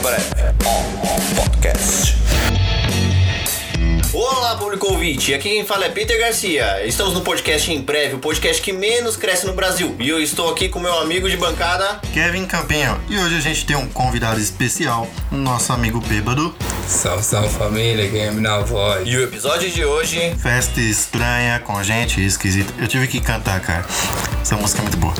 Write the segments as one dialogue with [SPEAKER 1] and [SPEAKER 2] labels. [SPEAKER 1] breve. On, on Podcast. Olá, público ouvinte. Aqui quem fala é Peter Garcia. Estamos no podcast em breve, o podcast que menos cresce no Brasil. E eu estou aqui com meu amigo de bancada.
[SPEAKER 2] Kevin Campinho. E hoje a gente tem um convidado especial, um nosso amigo bêbado.
[SPEAKER 3] Salve, salve família, é game na voz.
[SPEAKER 1] E o episódio de hoje
[SPEAKER 2] Festa estranha com gente esquisita. Eu tive que cantar, cara. Essa música é muito boa.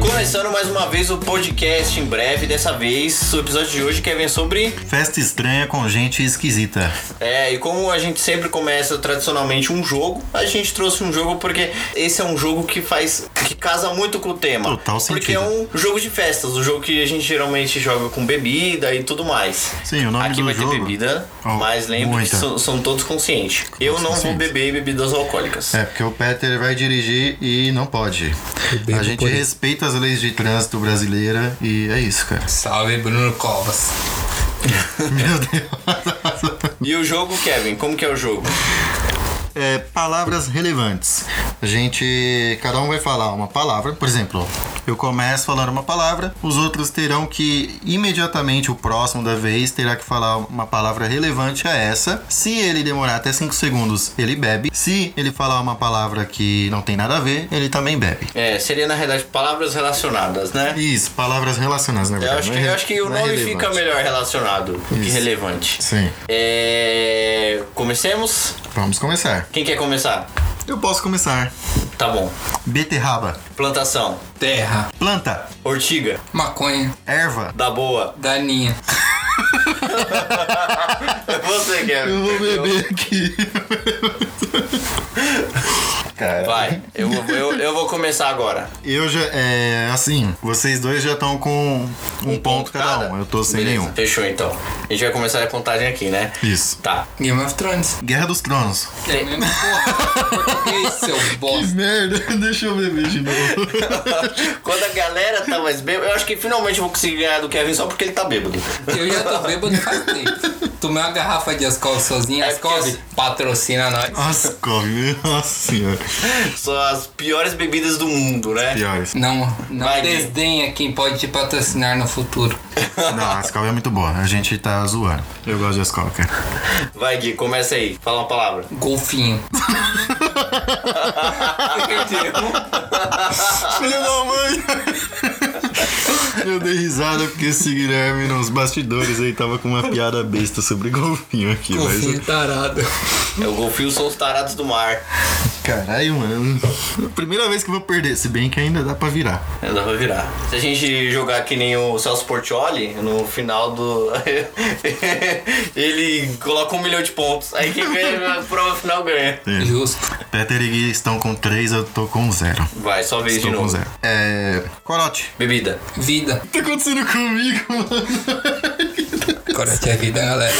[SPEAKER 1] Começando mais uma vez o podcast em breve, dessa vez o episódio de hoje quer ver sobre.
[SPEAKER 2] Festa estranha com gente esquisita.
[SPEAKER 1] É, e como a gente sempre começa tradicionalmente um jogo, a gente trouxe um jogo porque esse é um jogo que faz. que casa muito com o tema.
[SPEAKER 2] Total
[SPEAKER 1] porque é um
[SPEAKER 2] sentido.
[SPEAKER 1] jogo de festas, o jogo que a gente geralmente joga com bebida e tudo mais.
[SPEAKER 2] Sim, o nome
[SPEAKER 1] Aqui
[SPEAKER 2] do
[SPEAKER 1] vai
[SPEAKER 2] jogo.
[SPEAKER 1] ter bebida,
[SPEAKER 2] Oh,
[SPEAKER 1] mas lembre que
[SPEAKER 2] muita.
[SPEAKER 1] são, são todos conscientes. Eu não vou
[SPEAKER 2] conscientes.
[SPEAKER 1] beber bebidas alcoólicas.
[SPEAKER 2] É, porque o Peter vai dirigir e não pode.
[SPEAKER 3] bebo
[SPEAKER 2] A gente
[SPEAKER 3] por-
[SPEAKER 2] respeita as leis de trânsito brasileira e é isso, cara.
[SPEAKER 3] Salve, Bruno Covas.
[SPEAKER 2] Meu Deus.
[SPEAKER 1] E o jogo, Kevin, como que é o jogo?
[SPEAKER 2] É, palavras relevantes. A gente. Cada um vai falar uma palavra. Por exemplo, eu começo falando uma palavra, os outros terão que, imediatamente, o próximo da vez, terá que falar uma palavra relevante a essa. Se ele demorar até 5 segundos, ele bebe. Se ele falar uma palavra que não tem nada a ver, ele também bebe.
[SPEAKER 1] É, seria na realidade palavras relacionadas, né?
[SPEAKER 2] Isso, palavras relacionadas, na
[SPEAKER 1] Eu
[SPEAKER 2] verdade.
[SPEAKER 1] acho,
[SPEAKER 2] não
[SPEAKER 1] que,
[SPEAKER 2] é re-
[SPEAKER 1] eu acho que o
[SPEAKER 2] não é
[SPEAKER 1] nome
[SPEAKER 2] relevante.
[SPEAKER 1] fica melhor relacionado que
[SPEAKER 2] Isso.
[SPEAKER 1] relevante.
[SPEAKER 2] Sim,
[SPEAKER 1] É, comecemos?
[SPEAKER 2] vamos começar.
[SPEAKER 1] Quem quer começar?
[SPEAKER 2] Eu posso começar.
[SPEAKER 1] Tá bom.
[SPEAKER 2] Beterraba,
[SPEAKER 1] Plantação,
[SPEAKER 3] Terra.
[SPEAKER 2] planta,
[SPEAKER 1] ortiga,
[SPEAKER 3] Maconha.
[SPEAKER 2] erva.
[SPEAKER 1] da boa.
[SPEAKER 3] Daninha.
[SPEAKER 2] É
[SPEAKER 1] Você, Kevin.
[SPEAKER 2] Eu vou beber aqui. Cara,
[SPEAKER 1] Vai, eu vou, eu, eu vou começar agora.
[SPEAKER 2] eu já. É assim, vocês dois já estão com um, ponto, cada, um. Eu tô sem
[SPEAKER 1] Beleza,
[SPEAKER 2] nenhum.
[SPEAKER 1] Fechou então. A gente vai começar a contagem aqui, né?
[SPEAKER 2] Isso.
[SPEAKER 1] Tá.
[SPEAKER 3] Game of Thrones.
[SPEAKER 2] Guerra dos Tronos.
[SPEAKER 3] É. Porra, português, seu bosta.
[SPEAKER 2] Merda, deixa eu beber de novo.
[SPEAKER 1] Quando a galera tá mais bêbada, eu acho que finalmente eu vou conseguir ganhar do Kevin só porque ele tá bêbado.
[SPEAKER 3] Eu já tô bêbado faz tempo. Tomei uma garrafa de Ascov sozinha.
[SPEAKER 1] É
[SPEAKER 3] Ascov
[SPEAKER 1] porque-
[SPEAKER 3] patrocina nós.
[SPEAKER 2] Nossa, come. Nossa senhora.
[SPEAKER 1] São as piores bebidas do mundo, né?
[SPEAKER 2] Piores.
[SPEAKER 3] Não, não
[SPEAKER 1] Vai, Gui.
[SPEAKER 3] desdenha quem pode te patrocinar no futuro.
[SPEAKER 2] Não, a Skol é muito boa. A gente tá zoando. Eu gosto de Skol, cara.
[SPEAKER 1] Vai, Gui, começa aí. Fala uma palavra.
[SPEAKER 3] Golfinho.
[SPEAKER 2] Filho da mãe! Eu dei risada porque esse Guilherme nos bastidores aí tava com uma piada besta sobre golfinho aqui, mas.
[SPEAKER 3] Golfinho tarado.
[SPEAKER 1] É o golfinho são os tarados do mar.
[SPEAKER 2] Caralho, mano. Primeira vez que eu vou perder, se bem que ainda dá pra virar.
[SPEAKER 1] É, Dá pra virar. Se a gente jogar que nem o Celso Portioli, no final do. ele coloca um milhão de pontos. Aí quem ganha a prova final ganha.
[SPEAKER 3] Justo.
[SPEAKER 2] É. Peter e Gui estão com 3, eu tô com 0.
[SPEAKER 1] Vai, só vez de
[SPEAKER 2] Estou com
[SPEAKER 1] novo.
[SPEAKER 2] 0. É. Corote.
[SPEAKER 1] Bebida.
[SPEAKER 3] Vida.
[SPEAKER 2] O que tá acontecendo comigo, mano?
[SPEAKER 3] Agora é vida, galera.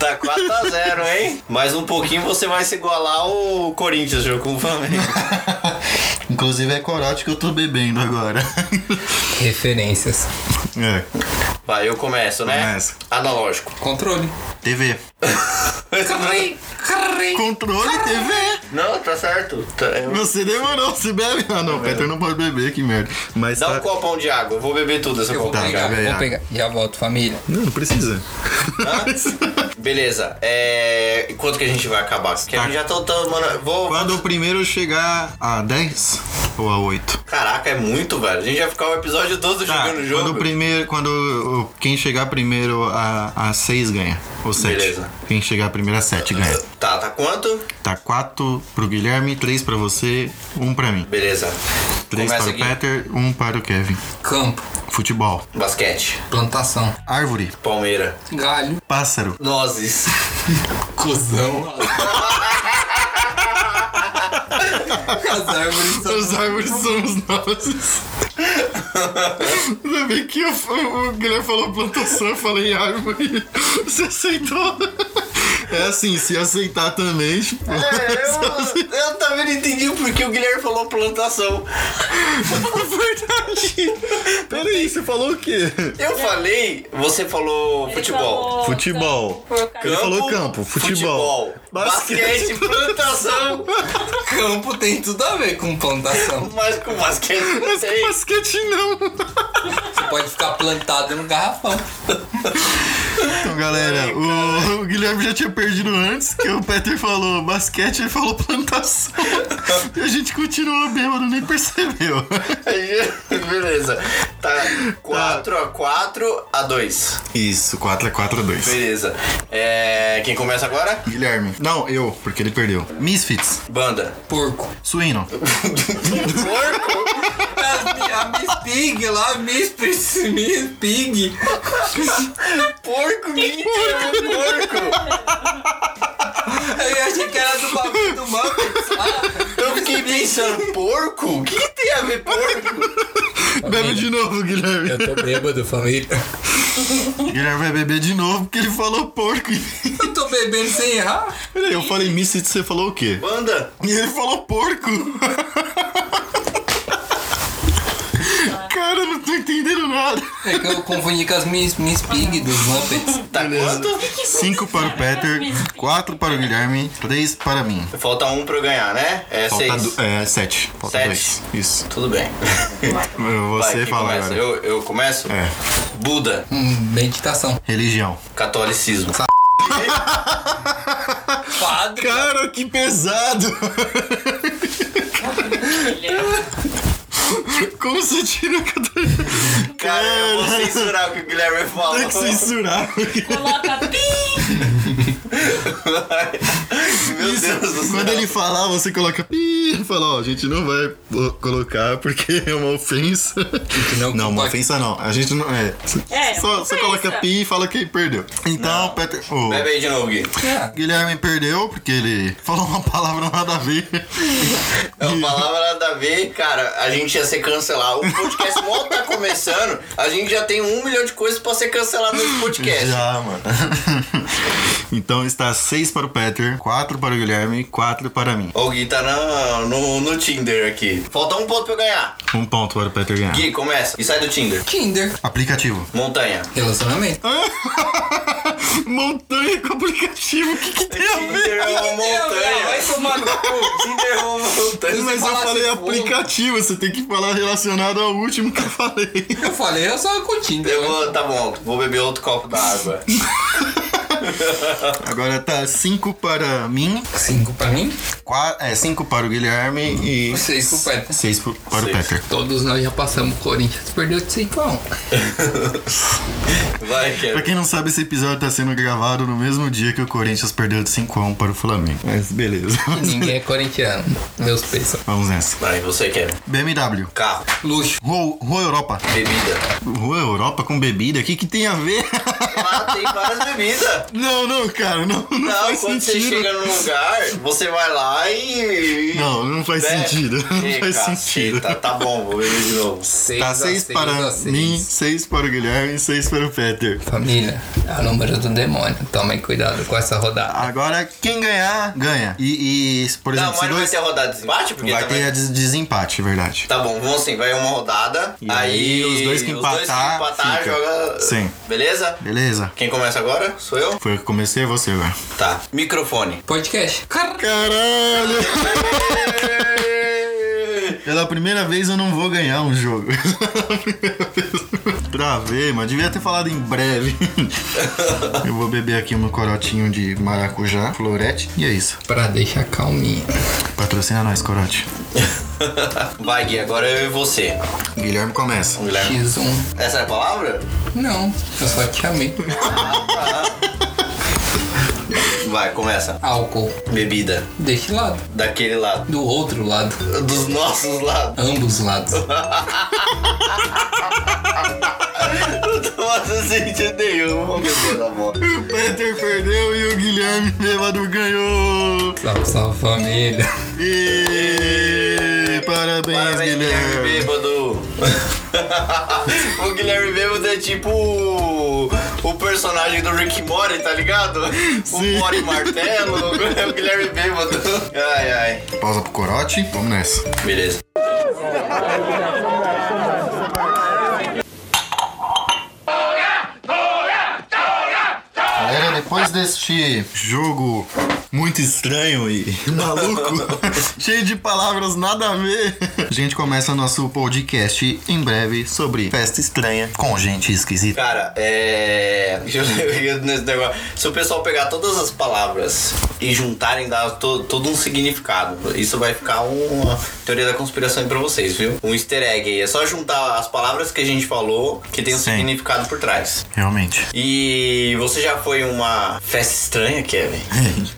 [SPEAKER 1] Tá 4x0, hein? Mais um pouquinho você vai se igualar o Corinthians, jogo com o Flamengo.
[SPEAKER 2] Inclusive é corote que eu tô bebendo agora.
[SPEAKER 3] Referências.
[SPEAKER 2] É.
[SPEAKER 1] Vai, eu começo, né?
[SPEAKER 2] Começa.
[SPEAKER 1] Analógico.
[SPEAKER 3] Controle.
[SPEAKER 2] TV. Controle TV.
[SPEAKER 1] Não, tá certo. Tá- eu-
[SPEAKER 2] Você demorou, você bebe. Ah, não, Peter não pode beber, que merda. Mas
[SPEAKER 1] É. Dá um
[SPEAKER 2] tá...
[SPEAKER 1] copão de água, eu vou beber tudo essa
[SPEAKER 3] Eu vou
[SPEAKER 1] copa de
[SPEAKER 3] pegar,
[SPEAKER 1] água.
[SPEAKER 2] ganhar.
[SPEAKER 3] vou pegar. Já volto, família.
[SPEAKER 2] Não, não precisa.
[SPEAKER 1] Beleza, é. Quanto que a gente vai acabar? Porque a gente já tá tomando. Vou.
[SPEAKER 2] Quando o primeiro chegar a 10 ou a 8?
[SPEAKER 1] Caraca, é muito, velho. A gente vai ficar o episódio todo jogando o
[SPEAKER 2] Ah, quando
[SPEAKER 1] jogo.
[SPEAKER 2] o primeiro. Quando o- quem chegar primeiro a, a 6 ganha. Ou 7.
[SPEAKER 1] Beleza.
[SPEAKER 2] Quem chegar primeiro a 7 ganha.
[SPEAKER 1] Tá, tá quanto?
[SPEAKER 2] Tá 4 pro Guilherme, 3 pra você, 1 pra mim.
[SPEAKER 1] Beleza.
[SPEAKER 2] 3
[SPEAKER 1] Começa
[SPEAKER 2] para o
[SPEAKER 1] aqui.
[SPEAKER 2] Peter, 1 para o Kevin.
[SPEAKER 3] Campo.
[SPEAKER 2] Futebol.
[SPEAKER 1] Basquete,
[SPEAKER 3] Plantação.
[SPEAKER 2] Árvore.
[SPEAKER 1] Palmeira,
[SPEAKER 3] Galho.
[SPEAKER 2] Pássaro.
[SPEAKER 1] Nozes.
[SPEAKER 3] Cusão. As árvores são...
[SPEAKER 2] As árvores somos nós. Ainda bem que o, o Guilherme falou plantação, eu falei árvore. Você aceitou? É assim, se aceitar também, tipo.
[SPEAKER 1] É, eu, eu também não entendi porque o Guilherme falou plantação. É
[SPEAKER 2] Verdade! Peraí, você falou o quê?
[SPEAKER 1] Eu falei, você É. falou futebol.
[SPEAKER 2] Futebol.
[SPEAKER 4] Por causa-
[SPEAKER 2] Ele falou campo, futebol.
[SPEAKER 1] futebol, basquete, plantação.
[SPEAKER 3] Campo tem tudo a ver com plantação.
[SPEAKER 1] Mas com basquete não
[SPEAKER 2] Mas com
[SPEAKER 1] tem.
[SPEAKER 2] basquete não!
[SPEAKER 3] pode ficar plantado no garrafão.
[SPEAKER 2] Então, galera, o, o Guilherme já tinha perdido antes, que o Peter falou basquete, ele falou plantação. E a gente continuou bêbado, nem percebeu.
[SPEAKER 1] Aí, Beleza. Tá 4x4 a 2.
[SPEAKER 2] Isso, é 4x4 a 2.
[SPEAKER 1] Beleza. É, quem começa agora?
[SPEAKER 2] Guilherme. Não, eu, porque ele perdeu. Misfits.
[SPEAKER 1] Banda.
[SPEAKER 3] Porco.
[SPEAKER 2] Suíno.
[SPEAKER 1] Porco?
[SPEAKER 3] A, a Miss Pig lá, Miss, Pris- Miss Pig.
[SPEAKER 1] Porco, mentira, porco.
[SPEAKER 3] Eu achei que era do bagulho do Muppets lá.
[SPEAKER 1] Eu fiquei pensando, porco? O que, que tem a ver porco?
[SPEAKER 2] Bebe de novo, Guilherme.
[SPEAKER 3] Eu tô bêbado, família.
[SPEAKER 2] Guilherme vai beber de novo, porque ele falou porco.
[SPEAKER 3] Eu tô bebendo sem errar.
[SPEAKER 2] Peraí, eu falei Misfits, você falou o quê?
[SPEAKER 1] Banda.
[SPEAKER 2] E ele falou porco. Cara, eu não tô entendendo nada.
[SPEAKER 3] É que eu confundi com as Miss, Miss Pig dos Muppets.
[SPEAKER 1] Tá quanto?
[SPEAKER 2] 5 para o Peter, 4 para o Guilherme, 3 para mim.
[SPEAKER 1] Falta um pra eu ganhar, né? É
[SPEAKER 2] Falta
[SPEAKER 1] seis.
[SPEAKER 2] do, é, 7. Falta
[SPEAKER 1] Sete.
[SPEAKER 2] 2. Isso.
[SPEAKER 1] Tudo bem. Vai,
[SPEAKER 2] Você
[SPEAKER 1] quem
[SPEAKER 2] fala
[SPEAKER 1] começa?
[SPEAKER 2] agora.
[SPEAKER 1] Eu, eu começo?
[SPEAKER 2] É.
[SPEAKER 1] Buda.
[SPEAKER 3] Hum, meditação.
[SPEAKER 2] Religião.
[SPEAKER 1] Catolicismo.
[SPEAKER 3] Padre.
[SPEAKER 2] Cara, que pesado! Como você tira o que
[SPEAKER 1] Cara, eu vou censurar o que o Guilherme falou.
[SPEAKER 2] Tem que censurar.
[SPEAKER 4] Coloca pi.
[SPEAKER 1] Meu Deus do
[SPEAKER 2] Isso,
[SPEAKER 1] céu.
[SPEAKER 2] quando ele falar, você coloca pi, fala, ó, a gente não vai pô- colocar porque é uma ofensa.
[SPEAKER 3] Não,
[SPEAKER 2] Não, uma
[SPEAKER 3] pode-
[SPEAKER 2] ofensa não. A gente não é.
[SPEAKER 4] É,
[SPEAKER 2] só,
[SPEAKER 4] uma
[SPEAKER 2] só
[SPEAKER 4] ofensa.
[SPEAKER 2] coloca pi e fala que perdeu. Então, Peter, o
[SPEAKER 1] Bebe aí de novo, Gui.
[SPEAKER 3] Ah,
[SPEAKER 2] Guilherme perdeu porque ele falou uma palavra nada a ver.
[SPEAKER 1] É uma palavra nada a ver, cara. A gente ia ser cancelado. O podcast mal tá começando. A gente já tem um milhão de coisas pra ser cancelado nesse podcast.
[SPEAKER 2] Já, mano. então está 6 para o Peter, 4 para o Guilherme, 4 para mim.
[SPEAKER 1] O Gui tá na- no, no Tinder aqui. Falta um ponto pra eu ganhar.
[SPEAKER 2] Um ponto para o Peter ganhar.
[SPEAKER 1] Gui, começa. E sai do Tinder.
[SPEAKER 3] Kinder.
[SPEAKER 2] Aplicativo.
[SPEAKER 1] Montanha.
[SPEAKER 3] Relacionamento.
[SPEAKER 2] Montanha com aplicativo, o que, que tem a ver?
[SPEAKER 1] Tinder é uma
[SPEAKER 3] Vai
[SPEAKER 1] montanha.
[SPEAKER 3] tomar no cu. assim,
[SPEAKER 1] Tinder é uma montanha.
[SPEAKER 2] Mas eu
[SPEAKER 3] falasse
[SPEAKER 2] falei
[SPEAKER 3] fogo.
[SPEAKER 2] aplicativo, você tem que falar relacionado ao último que eu falei.
[SPEAKER 3] Eu falei, eu só com o Tinder. né?
[SPEAKER 1] Eu vou, tá bom, vou beber outro copo d'água.
[SPEAKER 2] Agora tá 5 para mim,
[SPEAKER 3] Cinco pra mim,
[SPEAKER 2] 4, é 5 para o Guilherme e
[SPEAKER 3] seis pro Peter.
[SPEAKER 2] 6 para o
[SPEAKER 1] Seis.
[SPEAKER 2] Peter.
[SPEAKER 3] Todos nós já passamos. O Corinthians perdeu de 5 a 1.
[SPEAKER 1] Vai,
[SPEAKER 2] Pra
[SPEAKER 1] Kevin.
[SPEAKER 2] quem não sabe, esse episódio tá sendo gravado no mesmo dia que o Corinthians perdeu de 5x1 para o Flamengo. Mas beleza.
[SPEAKER 3] Ninguém é corintiano. Meus peitos.
[SPEAKER 2] Vamos nessa.
[SPEAKER 1] Vai, você, Kevin.
[SPEAKER 2] BMW.
[SPEAKER 1] Carro,
[SPEAKER 3] Luxo.
[SPEAKER 2] Rua, Rua Europa.
[SPEAKER 1] bebida.
[SPEAKER 2] Rua Europa com bebida? O que, que tem a ver?
[SPEAKER 1] Lá Ah, tem várias bebidas.
[SPEAKER 2] Não, não, cara. Não, não,
[SPEAKER 1] Não,
[SPEAKER 2] faz
[SPEAKER 1] quando você
[SPEAKER 2] sentido.
[SPEAKER 1] chega num lugar, você vai lá e.
[SPEAKER 2] Não, não faz
[SPEAKER 1] Né?
[SPEAKER 2] sentido. Não
[SPEAKER 1] Ih,
[SPEAKER 2] faz
[SPEAKER 1] caceta,
[SPEAKER 2] sentido.
[SPEAKER 1] Tá bom, vou beber de novo.
[SPEAKER 3] Seis
[SPEAKER 2] Tá
[SPEAKER 3] a
[SPEAKER 2] 6
[SPEAKER 3] seis a
[SPEAKER 2] para
[SPEAKER 3] seis.
[SPEAKER 2] mim, 6 para o Guilherme e 6 para o Peter.
[SPEAKER 3] Família, é o número do demônio. Tomem cuidado com essa rodada.
[SPEAKER 2] Agora, quem ganhar, ganha. E, e, por
[SPEAKER 1] Não,
[SPEAKER 2] exemplo,
[SPEAKER 1] mas
[SPEAKER 2] se
[SPEAKER 1] não vai
[SPEAKER 2] dois.
[SPEAKER 1] ter a rodada de desempate? Porque
[SPEAKER 2] Vai
[SPEAKER 1] também-
[SPEAKER 2] ter a des- desempate, verdade.
[SPEAKER 1] Tá bom, vamos assim, vai uma rodada.
[SPEAKER 2] E
[SPEAKER 1] aí,
[SPEAKER 2] aí, os dois que empatar,
[SPEAKER 1] empatar,
[SPEAKER 2] fica.
[SPEAKER 1] joga.
[SPEAKER 2] Sim.
[SPEAKER 1] Beleza?
[SPEAKER 2] Beleza?
[SPEAKER 1] Quem começa agora? Sou eu?
[SPEAKER 2] Foi eu que comecei, é você agora.
[SPEAKER 1] Tá. Microfone.
[SPEAKER 3] Podcast. Car...
[SPEAKER 2] Caralho! Pela primeira vez eu não vou ganhar um jogo. Pela primeira vez. Travei, mas devia ter falado em breve. eu vou beber aqui um corotinho de maracujá, florete, e é isso.
[SPEAKER 3] Pra deixar calminha.
[SPEAKER 2] Patrocina nós, corote.
[SPEAKER 1] Vai, Gui, agora eu e você.
[SPEAKER 2] Guilherme começa.
[SPEAKER 1] Guilherme.
[SPEAKER 3] X1.
[SPEAKER 1] Essa é a palavra?
[SPEAKER 3] Não, eu só te amei.
[SPEAKER 1] Vai, começa.
[SPEAKER 3] Álcool.
[SPEAKER 1] Bebida.
[SPEAKER 3] Deste lado.
[SPEAKER 1] Daquele lado.
[SPEAKER 3] Do outro lado.
[SPEAKER 1] Dos nossos lados.
[SPEAKER 3] Ambos lados.
[SPEAKER 1] Não faz sentido nenhum. Vamos beber na bola.
[SPEAKER 2] O Peter perdeu e o Guilherme bêbado ganhou!
[SPEAKER 3] Salve, salve família.
[SPEAKER 2] E... Parabéns,
[SPEAKER 1] Parabéns, Guilherme
[SPEAKER 2] Guilherme!
[SPEAKER 1] Bêbado. o Guilherme Bêbado é tipo o, o personagem do Rick Mori, tá ligado?
[SPEAKER 2] Sim.
[SPEAKER 1] O Mori Martelo, é o Guilherme Bêbado. Ai, ai.
[SPEAKER 2] Pausa pro corote, vamos nessa.
[SPEAKER 1] Beleza.
[SPEAKER 2] Galera, depois deste jogo muito estranho e maluco, cheio de palavras nada a ver. A gente começa nosso podcast em breve sobre festa estranha com gente esquisita.
[SPEAKER 1] Cara, é. Deixa eu ver nesse negócio. Se o pessoal pegar todas as palavras e juntarem, dar to- todo um significado. Isso vai ficar uma teoria da conspiração aí pra vocês, viu? Um easter egg aí. É só juntar as palavras que a gente falou que tem um
[SPEAKER 2] Sim.
[SPEAKER 1] significado por trás.
[SPEAKER 2] Realmente.
[SPEAKER 1] E você já foi em uma festa estranha, Kevin?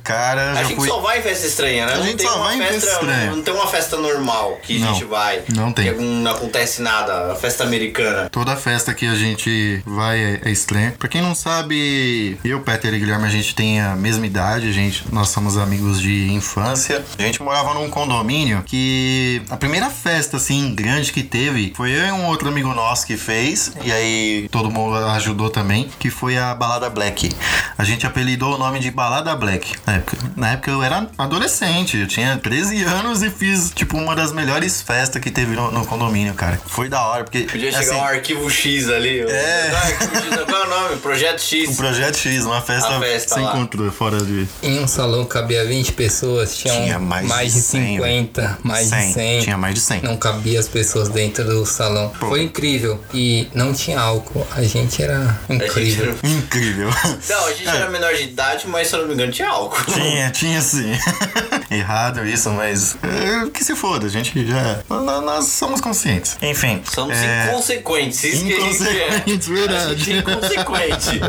[SPEAKER 2] Cara,
[SPEAKER 1] A
[SPEAKER 2] já
[SPEAKER 1] gente
[SPEAKER 2] fui.
[SPEAKER 1] só vai em festa estranha, né?
[SPEAKER 2] A
[SPEAKER 1] não
[SPEAKER 2] gente
[SPEAKER 1] tem
[SPEAKER 2] só
[SPEAKER 1] uma
[SPEAKER 2] vai em festa estranha.
[SPEAKER 1] Não tem uma festa normal que a
[SPEAKER 2] Não,
[SPEAKER 1] gente vai.
[SPEAKER 2] não tem.
[SPEAKER 1] Que não acontece nada. Festa americana.
[SPEAKER 2] É, Toda festa que a gente vai é, é estranha. Pra quem não sabe, eu, Peter e Guilherme, a gente tem a mesma idade, a gente, nós somos amigos de infância. A gente morava num condomínio que a primeira festa, assim, grande que teve foi eu e um outro amigo nosso que fez, e aí todo mundo ajudou também, que foi a Balada Black. A gente apelidou o nome de Balada Black na época. Na época eu era adolescente, eu tinha 13 anos e fiz, tipo, uma das melhores festas que teve no, no condomínio, cara. Foi da hora, porque.
[SPEAKER 1] Podia
[SPEAKER 2] assim,
[SPEAKER 1] chegar um arquivo X ali.
[SPEAKER 2] É.
[SPEAKER 1] Ah, arquivo X, qual é o nome? Projeto
[SPEAKER 2] Um
[SPEAKER 1] X.
[SPEAKER 2] projeto X, uma festa,
[SPEAKER 1] A festa
[SPEAKER 2] sem
[SPEAKER 1] lá.
[SPEAKER 2] controle, fora de.
[SPEAKER 3] Em um salão cabia 20 pessoas, tinha, um-
[SPEAKER 2] Tinha mais
[SPEAKER 3] mais,
[SPEAKER 2] de
[SPEAKER 3] de
[SPEAKER 2] 100,
[SPEAKER 3] 50, mais de 100.
[SPEAKER 2] Tinha mais de 100.
[SPEAKER 3] Não cabia as pessoas dentro do salão. Foi incrível. E não tinha álcool. A gente era incrível.
[SPEAKER 1] A gente-
[SPEAKER 2] Incrível. É.
[SPEAKER 1] Não, a gente era menor de idade, mas se eu não me engano tinha álcool.
[SPEAKER 2] Tinha, tinha sim. Errado isso, mas. é, que se foda, a gente já. nó- Nós somos conscientes. Enfim.
[SPEAKER 1] Somos
[SPEAKER 2] é,
[SPEAKER 1] inconsequentes. Isso que a
[SPEAKER 2] Inconsequentes,
[SPEAKER 1] gente é. A gente é
[SPEAKER 2] verdade.
[SPEAKER 1] inconsequente.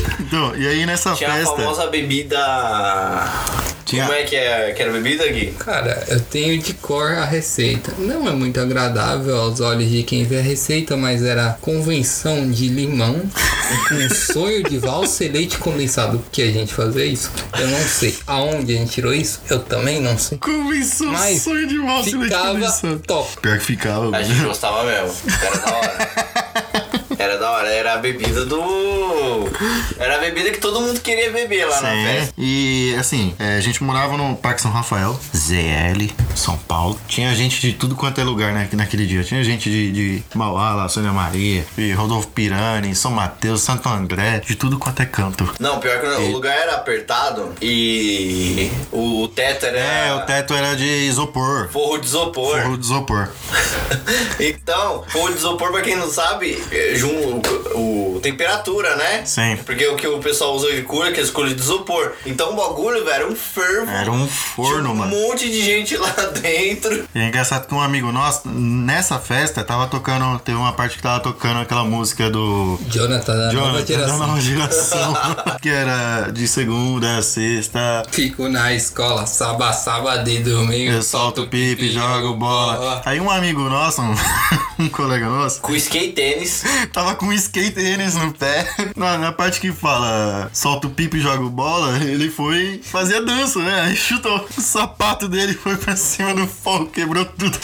[SPEAKER 2] Então, e aí nessa
[SPEAKER 1] Tinha a
[SPEAKER 2] festa.
[SPEAKER 1] famosa bebida.
[SPEAKER 2] Tinha-
[SPEAKER 1] Como é que, é que era a bebida, Gui?
[SPEAKER 3] Cara, eu tenho de cor a receita. Não é muito agradável aos olhos de quem vê a receita, mas era convenção de limão, um sonho de valsa e leite condensado. Por que a gente fazia isso? Eu não sei. Aonde a gente tirou isso? Eu também não sei.
[SPEAKER 2] Convenção,
[SPEAKER 3] Mas
[SPEAKER 2] sonho de mal, se
[SPEAKER 3] Ficava top.
[SPEAKER 2] Pior que ficava.
[SPEAKER 1] A gente gostava mesmo. Era da hora. Era da hora, era a bebida do. Era a bebida que todo mundo queria beber lá tá na
[SPEAKER 2] Sim.
[SPEAKER 1] festa.
[SPEAKER 2] E assim, é, a gente morava no Parque São Rafael, ZL, São Paulo. Tinha gente de tudo quanto é lugar né, naquele dia. Tinha gente de, de Mauá, lá, Sônia Maria, de Rodolfo Pirani, São Mateus, Santo André, de tudo quanto é canto.
[SPEAKER 1] Não, pior que o lugar era apertado e o teto era
[SPEAKER 2] É, o teto era de isopor.
[SPEAKER 1] forro de isopor.
[SPEAKER 2] Forro de isopor.
[SPEAKER 1] Então, forro de isopor, pra quem não sabe, é jun- o, o- temperatura, né?
[SPEAKER 2] Sim.
[SPEAKER 1] Porque o que o pessoal usa de cura, que eles curam de isopor. Então o bagulho, velho, era um fervo.
[SPEAKER 2] Era um
[SPEAKER 1] Tinha
[SPEAKER 2] forno,
[SPEAKER 1] um
[SPEAKER 2] mano.
[SPEAKER 1] monte de gente lá dentro.
[SPEAKER 2] E é engraçado que um amigo nosso, nessa festa, tava tocando. Teve uma parte que tava tocando aquela música do
[SPEAKER 3] Jonathan, da nova
[SPEAKER 2] Jonathan, da
[SPEAKER 3] geração.
[SPEAKER 2] nova geração. que era de segunda a sexta.
[SPEAKER 3] Fico na escola, sábado, sábado e domingo.
[SPEAKER 2] Eu solto o pipe, jogo bola. Aí um amigo nosso, um, um colega nosso,
[SPEAKER 1] Com skate tênis.
[SPEAKER 2] tava com um skate tênis no pé. Na, na parte que fala solta o pipe, joga bola, ele foi fazer a dança, né? Aí chutou o sapato dele, foi pra cima do fogo, quebrou tudo.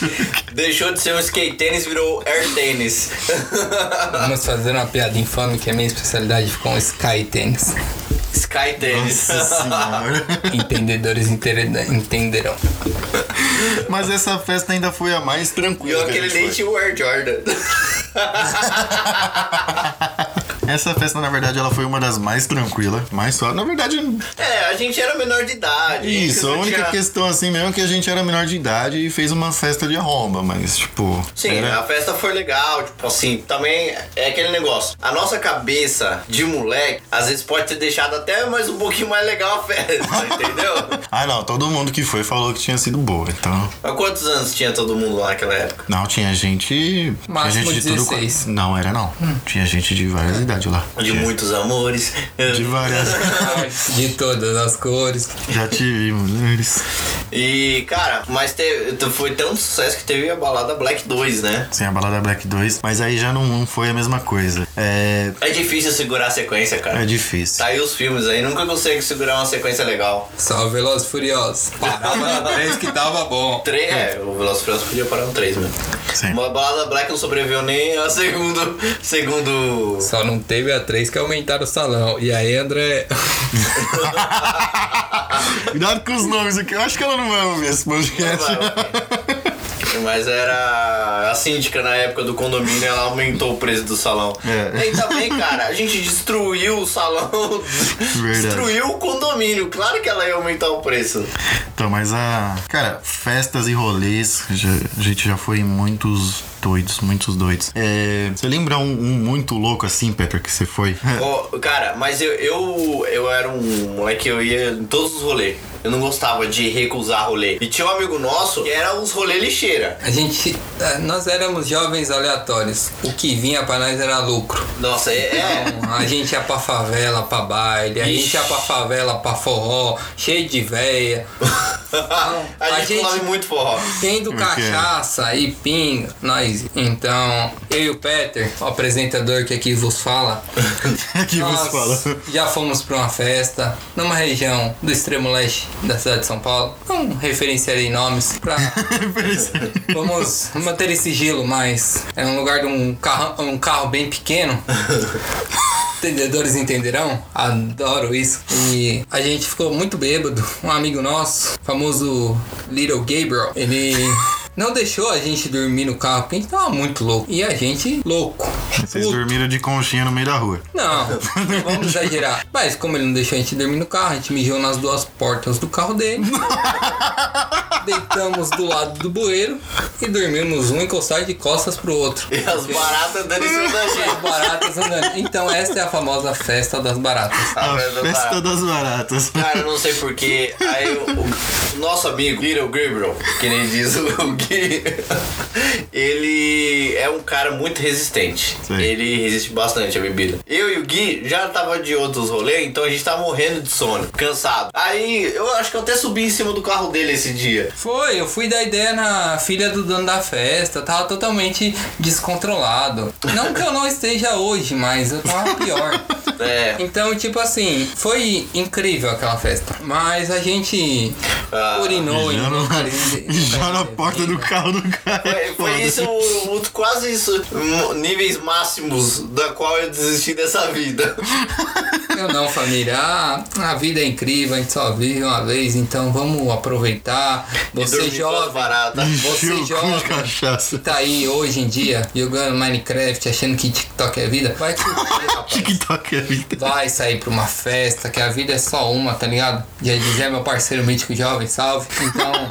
[SPEAKER 1] Deixou de ser um skate tênis, virou air tênis.
[SPEAKER 3] Vamos fazer uma piada infame que a minha especialidade ficou um sky tênis.
[SPEAKER 1] Sky tênis.
[SPEAKER 2] Nossa senhora.
[SPEAKER 3] Entendedores entere- entenderão.
[SPEAKER 2] Mas essa festa ainda foi a mais
[SPEAKER 1] E
[SPEAKER 2] tranquila.
[SPEAKER 1] eu
[SPEAKER 2] que a
[SPEAKER 1] aquele
[SPEAKER 2] gente foi.
[SPEAKER 1] nem tinha o Air Jordan.
[SPEAKER 2] Essa festa, na verdade, ela foi uma das mais tranquilas, mais suave. Na verdade,
[SPEAKER 1] É, a gente era menor de idade.
[SPEAKER 2] Isso, a
[SPEAKER 1] não
[SPEAKER 2] única
[SPEAKER 1] tinha-
[SPEAKER 2] questão assim mesmo é que a gente era menor de idade e fez uma festa de arromba, mas tipo.
[SPEAKER 1] Sim,
[SPEAKER 2] era...
[SPEAKER 1] a festa foi legal, tipo assim, também é aquele negócio. A nossa cabeça de moleque, às vezes pode ter deixado até mais um pouquinho mais legal a festa, entendeu?
[SPEAKER 2] Ah não, todo mundo que foi falou que tinha sido boa, então.
[SPEAKER 1] Mas quantos anos tinha todo mundo lá naquela época?
[SPEAKER 2] Não, tinha gente.
[SPEAKER 3] Máximo
[SPEAKER 2] tinha gente de
[SPEAKER 3] 16.
[SPEAKER 2] tudo. Não, era não. Tinha gente de várias idades lá.
[SPEAKER 1] De
[SPEAKER 2] Tinha-
[SPEAKER 1] muitos amores.
[SPEAKER 2] É. De várias.
[SPEAKER 3] De todas as cores.
[SPEAKER 2] Já tive mulheres.
[SPEAKER 1] E, cara, mas teve, foi tão sucesso que teve a balada Black 2, né?
[SPEAKER 2] Sem a balada Black 2, mas aí já não foi a mesma coisa. É.
[SPEAKER 1] É difícil segurar a sequência, cara.
[SPEAKER 2] É difícil.
[SPEAKER 1] Saiu os filmes aí, nunca consegue segurar uma sequência legal.
[SPEAKER 3] Só Veloz Furiosos. Parava na três que tava bom.
[SPEAKER 1] 3, é, o Velociraptor podia parar no 3 mesmo.
[SPEAKER 2] Sim.
[SPEAKER 1] Uma balada Black não sobreviveu nem a segundo. Segundo.
[SPEAKER 3] Só não teve a três que aumentaram o salão. E aí, André.
[SPEAKER 2] Cuidado com os nomes aqui. Eu acho que ela não vai ouvir esse podcast.
[SPEAKER 1] Mas era a síndica na época do condomínio, ela aumentou o preço do salão.
[SPEAKER 2] É.
[SPEAKER 1] E também, cara, a gente destruiu o salão,
[SPEAKER 2] Verdade.
[SPEAKER 1] destruiu o condomínio. Claro que ela ia aumentar o preço.
[SPEAKER 2] Então, mas a. Cara, festas e rolês, já- a gente já foi em muitos doidos, muitos doidos. É, você lembra um, um muito louco assim, Peter, que você foi?
[SPEAKER 1] Ó, cara, mas eu, eu, eu era um moleque, eu ia em todos os rolês. Eu não gostava de recusar rolê. E tinha um amigo nosso que era os rolê lixeira.
[SPEAKER 3] A gente. eh, Nós éramos jovens aleatórios. O que vinha pra nós era lucro.
[SPEAKER 1] Nossa, é. é.
[SPEAKER 3] Então, A gente ia pra favela, pra baile, a gente
[SPEAKER 1] Ixi.
[SPEAKER 3] ia pra favela, pra forró, cheio de véia,
[SPEAKER 1] a gente,
[SPEAKER 3] a gente-
[SPEAKER 1] falava muito forró.
[SPEAKER 3] tendo
[SPEAKER 2] Ok.
[SPEAKER 3] cachaça e pinga, nós. Então, eu e o Peter, o apresentador que aqui vos fala,
[SPEAKER 2] que você
[SPEAKER 3] nós
[SPEAKER 2] fala.
[SPEAKER 3] já fomos pra uma festa numa região do extremo leste da cidade de São Paulo. Não referenciarei nomes pra. Vamos manter esse gelo, mas é um lugar de um carro, um carro bem pequeno. Entendedores entenderão? Adoro isso. E a gente ficou muito bêbado. Um amigo nosso, famoso Little Gabriel, ele não deixou a gente dormir no carro porque a gente tava muito louco. E a gente, louco.
[SPEAKER 2] Vocês
[SPEAKER 3] puto.
[SPEAKER 2] dormiram de conchinha no meio da rua.
[SPEAKER 3] Não, não vamos exagerar. Mas como ele não deixou a gente dormir no carro, a gente mijou nas duas portas do carro dele. Deitamos do lado do bueiro e dormimos um encostado de costas pro outro.
[SPEAKER 1] E as baratas dando em cima da gente.
[SPEAKER 3] As baratas andando. Então essa é a famosa festa das baratas.
[SPEAKER 1] Ah,
[SPEAKER 2] A
[SPEAKER 1] mas eu
[SPEAKER 2] festa
[SPEAKER 1] tava- Tá,
[SPEAKER 2] das baratas.
[SPEAKER 1] Cara, Ah, eu não sei porquê. Aí o, o nosso amigo, Little Gabriel, que nem diz o o Gui, ele é um cara muito resistente.
[SPEAKER 2] Sei.
[SPEAKER 1] Ele resiste bastante à bebida. Eu e o Gui já tava de outros rolês, então a gente tava morrendo de sono, cansado. Aí eu acho que eu até subi em cima do carro dele esse dia.
[SPEAKER 3] Foi, eu fui dar ideia na filha do dono da festa, tava totalmente descontrolado. Não que eu não esteja hoje, mas eu tava pior.
[SPEAKER 1] É.
[SPEAKER 3] Então, tipo assim, foi incrível aquela festa. Mas a gente
[SPEAKER 1] Ah,
[SPEAKER 3] urinou em
[SPEAKER 2] Já na-
[SPEAKER 3] lugares-
[SPEAKER 2] Já na porta do carro do cara.
[SPEAKER 1] Foi, foi
[SPEAKER 2] Foda.
[SPEAKER 1] isso, o- o- quase isso, m- níveis máximos da qual eu desisti dessa vida.
[SPEAKER 3] Eu não, família. Ah, a vida é incrível, a gente só vive uma vez, então vamos aproveitar. Você
[SPEAKER 1] Dormi com as
[SPEAKER 3] jovem,
[SPEAKER 1] baratas.
[SPEAKER 3] você
[SPEAKER 2] Encheu o cu de
[SPEAKER 3] jovem.
[SPEAKER 2] cachaça.
[SPEAKER 3] Tá aí hoje em dia jogando Minecraft, achando que TikTok é vida. Vai curtir, rapaz.
[SPEAKER 2] TikTok é vida.
[SPEAKER 3] Vai sair pra uma festa, que a vida é só uma, tá ligado? Já dizia meu parceiro mítico jovem, salve. Então,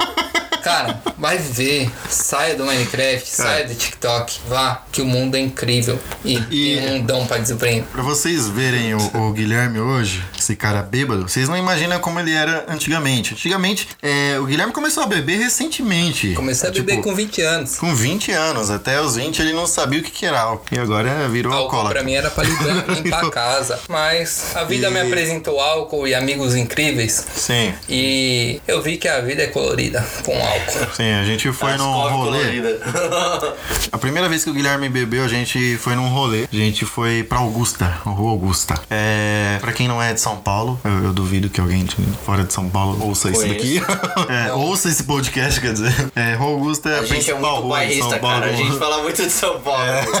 [SPEAKER 3] cara, vai viver. Saia do Minecraft, saia do TikTok. Vá, que o mundo é incrível. E,
[SPEAKER 2] E-
[SPEAKER 3] tem um dom pra desempenho.
[SPEAKER 2] Pra vocês verem o, o Guilherme hoje, esse cara bêbado, vocês não imaginam como ele era antigamente. Antigamente, é, o Guilherme começou a beber recentemente.
[SPEAKER 3] Comecei a
[SPEAKER 2] Tipo,
[SPEAKER 3] beber com 20 anos.
[SPEAKER 2] com 20 anos. Até os 20 ele não sabia o que, que era álcool. E agora virou
[SPEAKER 3] Álcool
[SPEAKER 2] alcoólatra.
[SPEAKER 3] pra mim era pra limpar, limpar a casa. Mas a vida
[SPEAKER 2] E-
[SPEAKER 3] me apresentou álcool e amigos incríveis.
[SPEAKER 2] Sim,
[SPEAKER 3] E eu vi que a vida é colorida com álcool.
[SPEAKER 2] sim. A gente foi
[SPEAKER 1] As
[SPEAKER 2] num
[SPEAKER 1] cove
[SPEAKER 2] rolê.
[SPEAKER 1] colorida.
[SPEAKER 2] A primeira vez que o Guilherme bebeu, a gente foi num rolê. A gente foi pra Augusta, Rua Augusta. É. Pra quem não é de São Paulo, eu, eu duvido que alguém de fora de São Paulo ouça isso daqui.
[SPEAKER 1] Conheço.
[SPEAKER 2] É, ouça esse podcast, quer dizer. É, Rua Augusta é a,
[SPEAKER 1] A gente é
[SPEAKER 2] principal
[SPEAKER 1] muito
[SPEAKER 2] rua de
[SPEAKER 1] bairrista,
[SPEAKER 2] São Paulo.
[SPEAKER 1] cara. A gente fala muito de São Paulo.